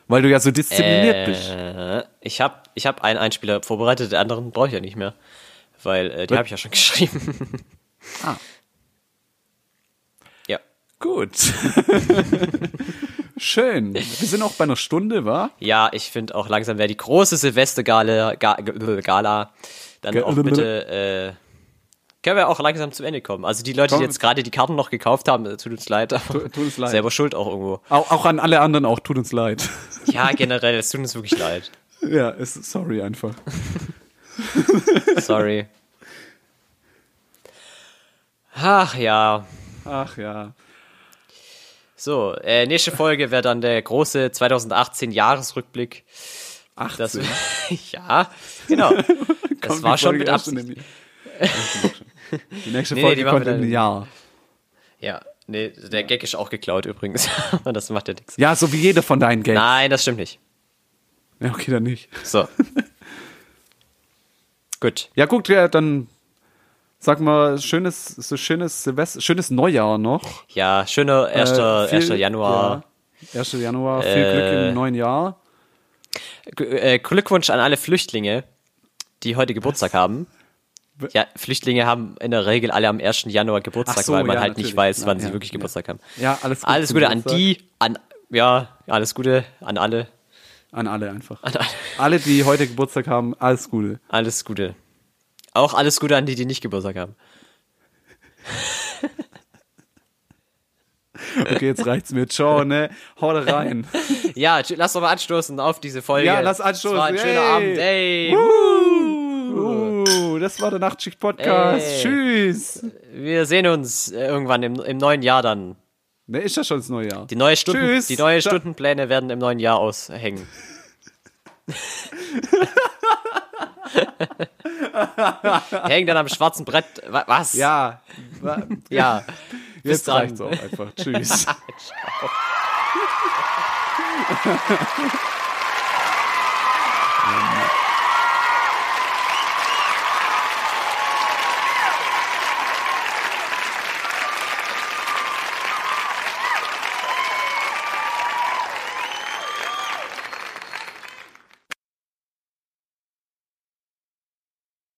Speaker 2: weil du ja so diszipliniert bist.
Speaker 1: Äh, ich habe ich hab einen Einspieler vorbereitet, den anderen brauche ich ja nicht mehr. Weil äh, die habe ich ja schon geschrieben.
Speaker 2: Ah.
Speaker 1: Ja.
Speaker 2: Gut. Schön. Wir sind auch bei einer Stunde, wa?
Speaker 1: Ja, ich finde auch langsam wäre die große Silvestergala Ga- G- Gala dann
Speaker 2: Ge-
Speaker 1: auch bitte äh, können wir auch langsam zum Ende kommen. Also die Leute, die
Speaker 2: Komm.
Speaker 1: jetzt gerade die Karten noch gekauft haben, äh, tut uns leid. aber
Speaker 2: tut uns leid.
Speaker 1: Selber schuld auch irgendwo.
Speaker 2: Auch, auch an alle anderen auch, tut uns leid.
Speaker 1: Ja, generell, es tut uns wirklich leid.
Speaker 2: ja, ist sorry einfach.
Speaker 1: Sorry. Ach ja.
Speaker 2: Ach ja.
Speaker 1: So, äh, nächste Folge wäre dann der große 2018 Jahresrückblick.
Speaker 2: 18.
Speaker 1: Das, ja, genau.
Speaker 2: Kommt
Speaker 1: Das
Speaker 2: die
Speaker 1: war schon
Speaker 2: Folge
Speaker 1: mit
Speaker 2: erst
Speaker 1: Absicht.
Speaker 2: in dem- Die nächste
Speaker 1: Nee, nee,
Speaker 2: Folge
Speaker 1: die machen
Speaker 2: kommt
Speaker 1: wir
Speaker 2: in
Speaker 1: dann-
Speaker 2: einem Jahr.
Speaker 1: Ja, nee, der Gag ist auch geklaut übrigens. Aber das macht ja nichts.
Speaker 2: Ja, so wie jeder von deinen Gags.
Speaker 1: Nein, das stimmt nicht.
Speaker 2: Ja, okay, dann nicht.
Speaker 1: So. Gut.
Speaker 2: Ja, guckt, ja, dann sag mal, schönes, so schönes Silvester, schönes Neujahr noch.
Speaker 1: Ja, schöner 1.
Speaker 2: Äh, viel-
Speaker 1: 1. Januar. Äh,
Speaker 2: Ja, 1. Januar, viel Glück im neuen Jahr.
Speaker 1: G- äh, Glückwunsch an alle Flüchtlinge, die heute Geburtstag haben. Ja, Flüchtlinge haben in der Regel alle am 1. Januar Geburtstag,
Speaker 2: Ach so,
Speaker 1: weil man
Speaker 2: ja,
Speaker 1: halt
Speaker 2: natürlich.
Speaker 1: nicht weiß,
Speaker 2: Ja,
Speaker 1: wann
Speaker 2: ja,
Speaker 1: sie wirklich
Speaker 2: ja.
Speaker 1: Geburtstag haben.
Speaker 2: Ja, alles Gute
Speaker 1: Alles
Speaker 2: zum
Speaker 1: Gute an
Speaker 2: Geburtstag.
Speaker 1: die, an, ja, alles Gute an alle.
Speaker 2: An alle einfach.
Speaker 1: An alle.
Speaker 2: Alle, die heute Geburtstag haben, alles Gute.
Speaker 1: Alles Gute. Auch alles Gute an die, die nicht Geburtstag haben.
Speaker 2: Okay, jetzt reicht's mir. Ciao, ne? Haut rein.
Speaker 1: Ja, tsch- lass doch mal anstoßen auf diese Folge.
Speaker 2: Ja, lass
Speaker 1: Es war
Speaker 2: anstoßen.
Speaker 1: ein schöner
Speaker 2: Hey.
Speaker 1: Abend. Ey.
Speaker 2: Uh, das war der Nachtschicht-Podcast.
Speaker 1: Ey.
Speaker 2: Tschüss.
Speaker 1: Wir sehen uns äh, irgendwann im, im neuen Jahr dann.
Speaker 2: Ne, ist ja schon das neue Jahr.
Speaker 1: Die, neue Stunden,
Speaker 2: Tschüss.
Speaker 1: die neue
Speaker 2: Ciao.
Speaker 1: Stundenpläne werden im neuen Jahr aushängen. Hängen dann am schwarzen Brett. Wa- Was?
Speaker 2: Ja. wa-
Speaker 1: Ja.
Speaker 2: Jetzt
Speaker 1: dann.
Speaker 2: reicht's auch einfach. Tschüss.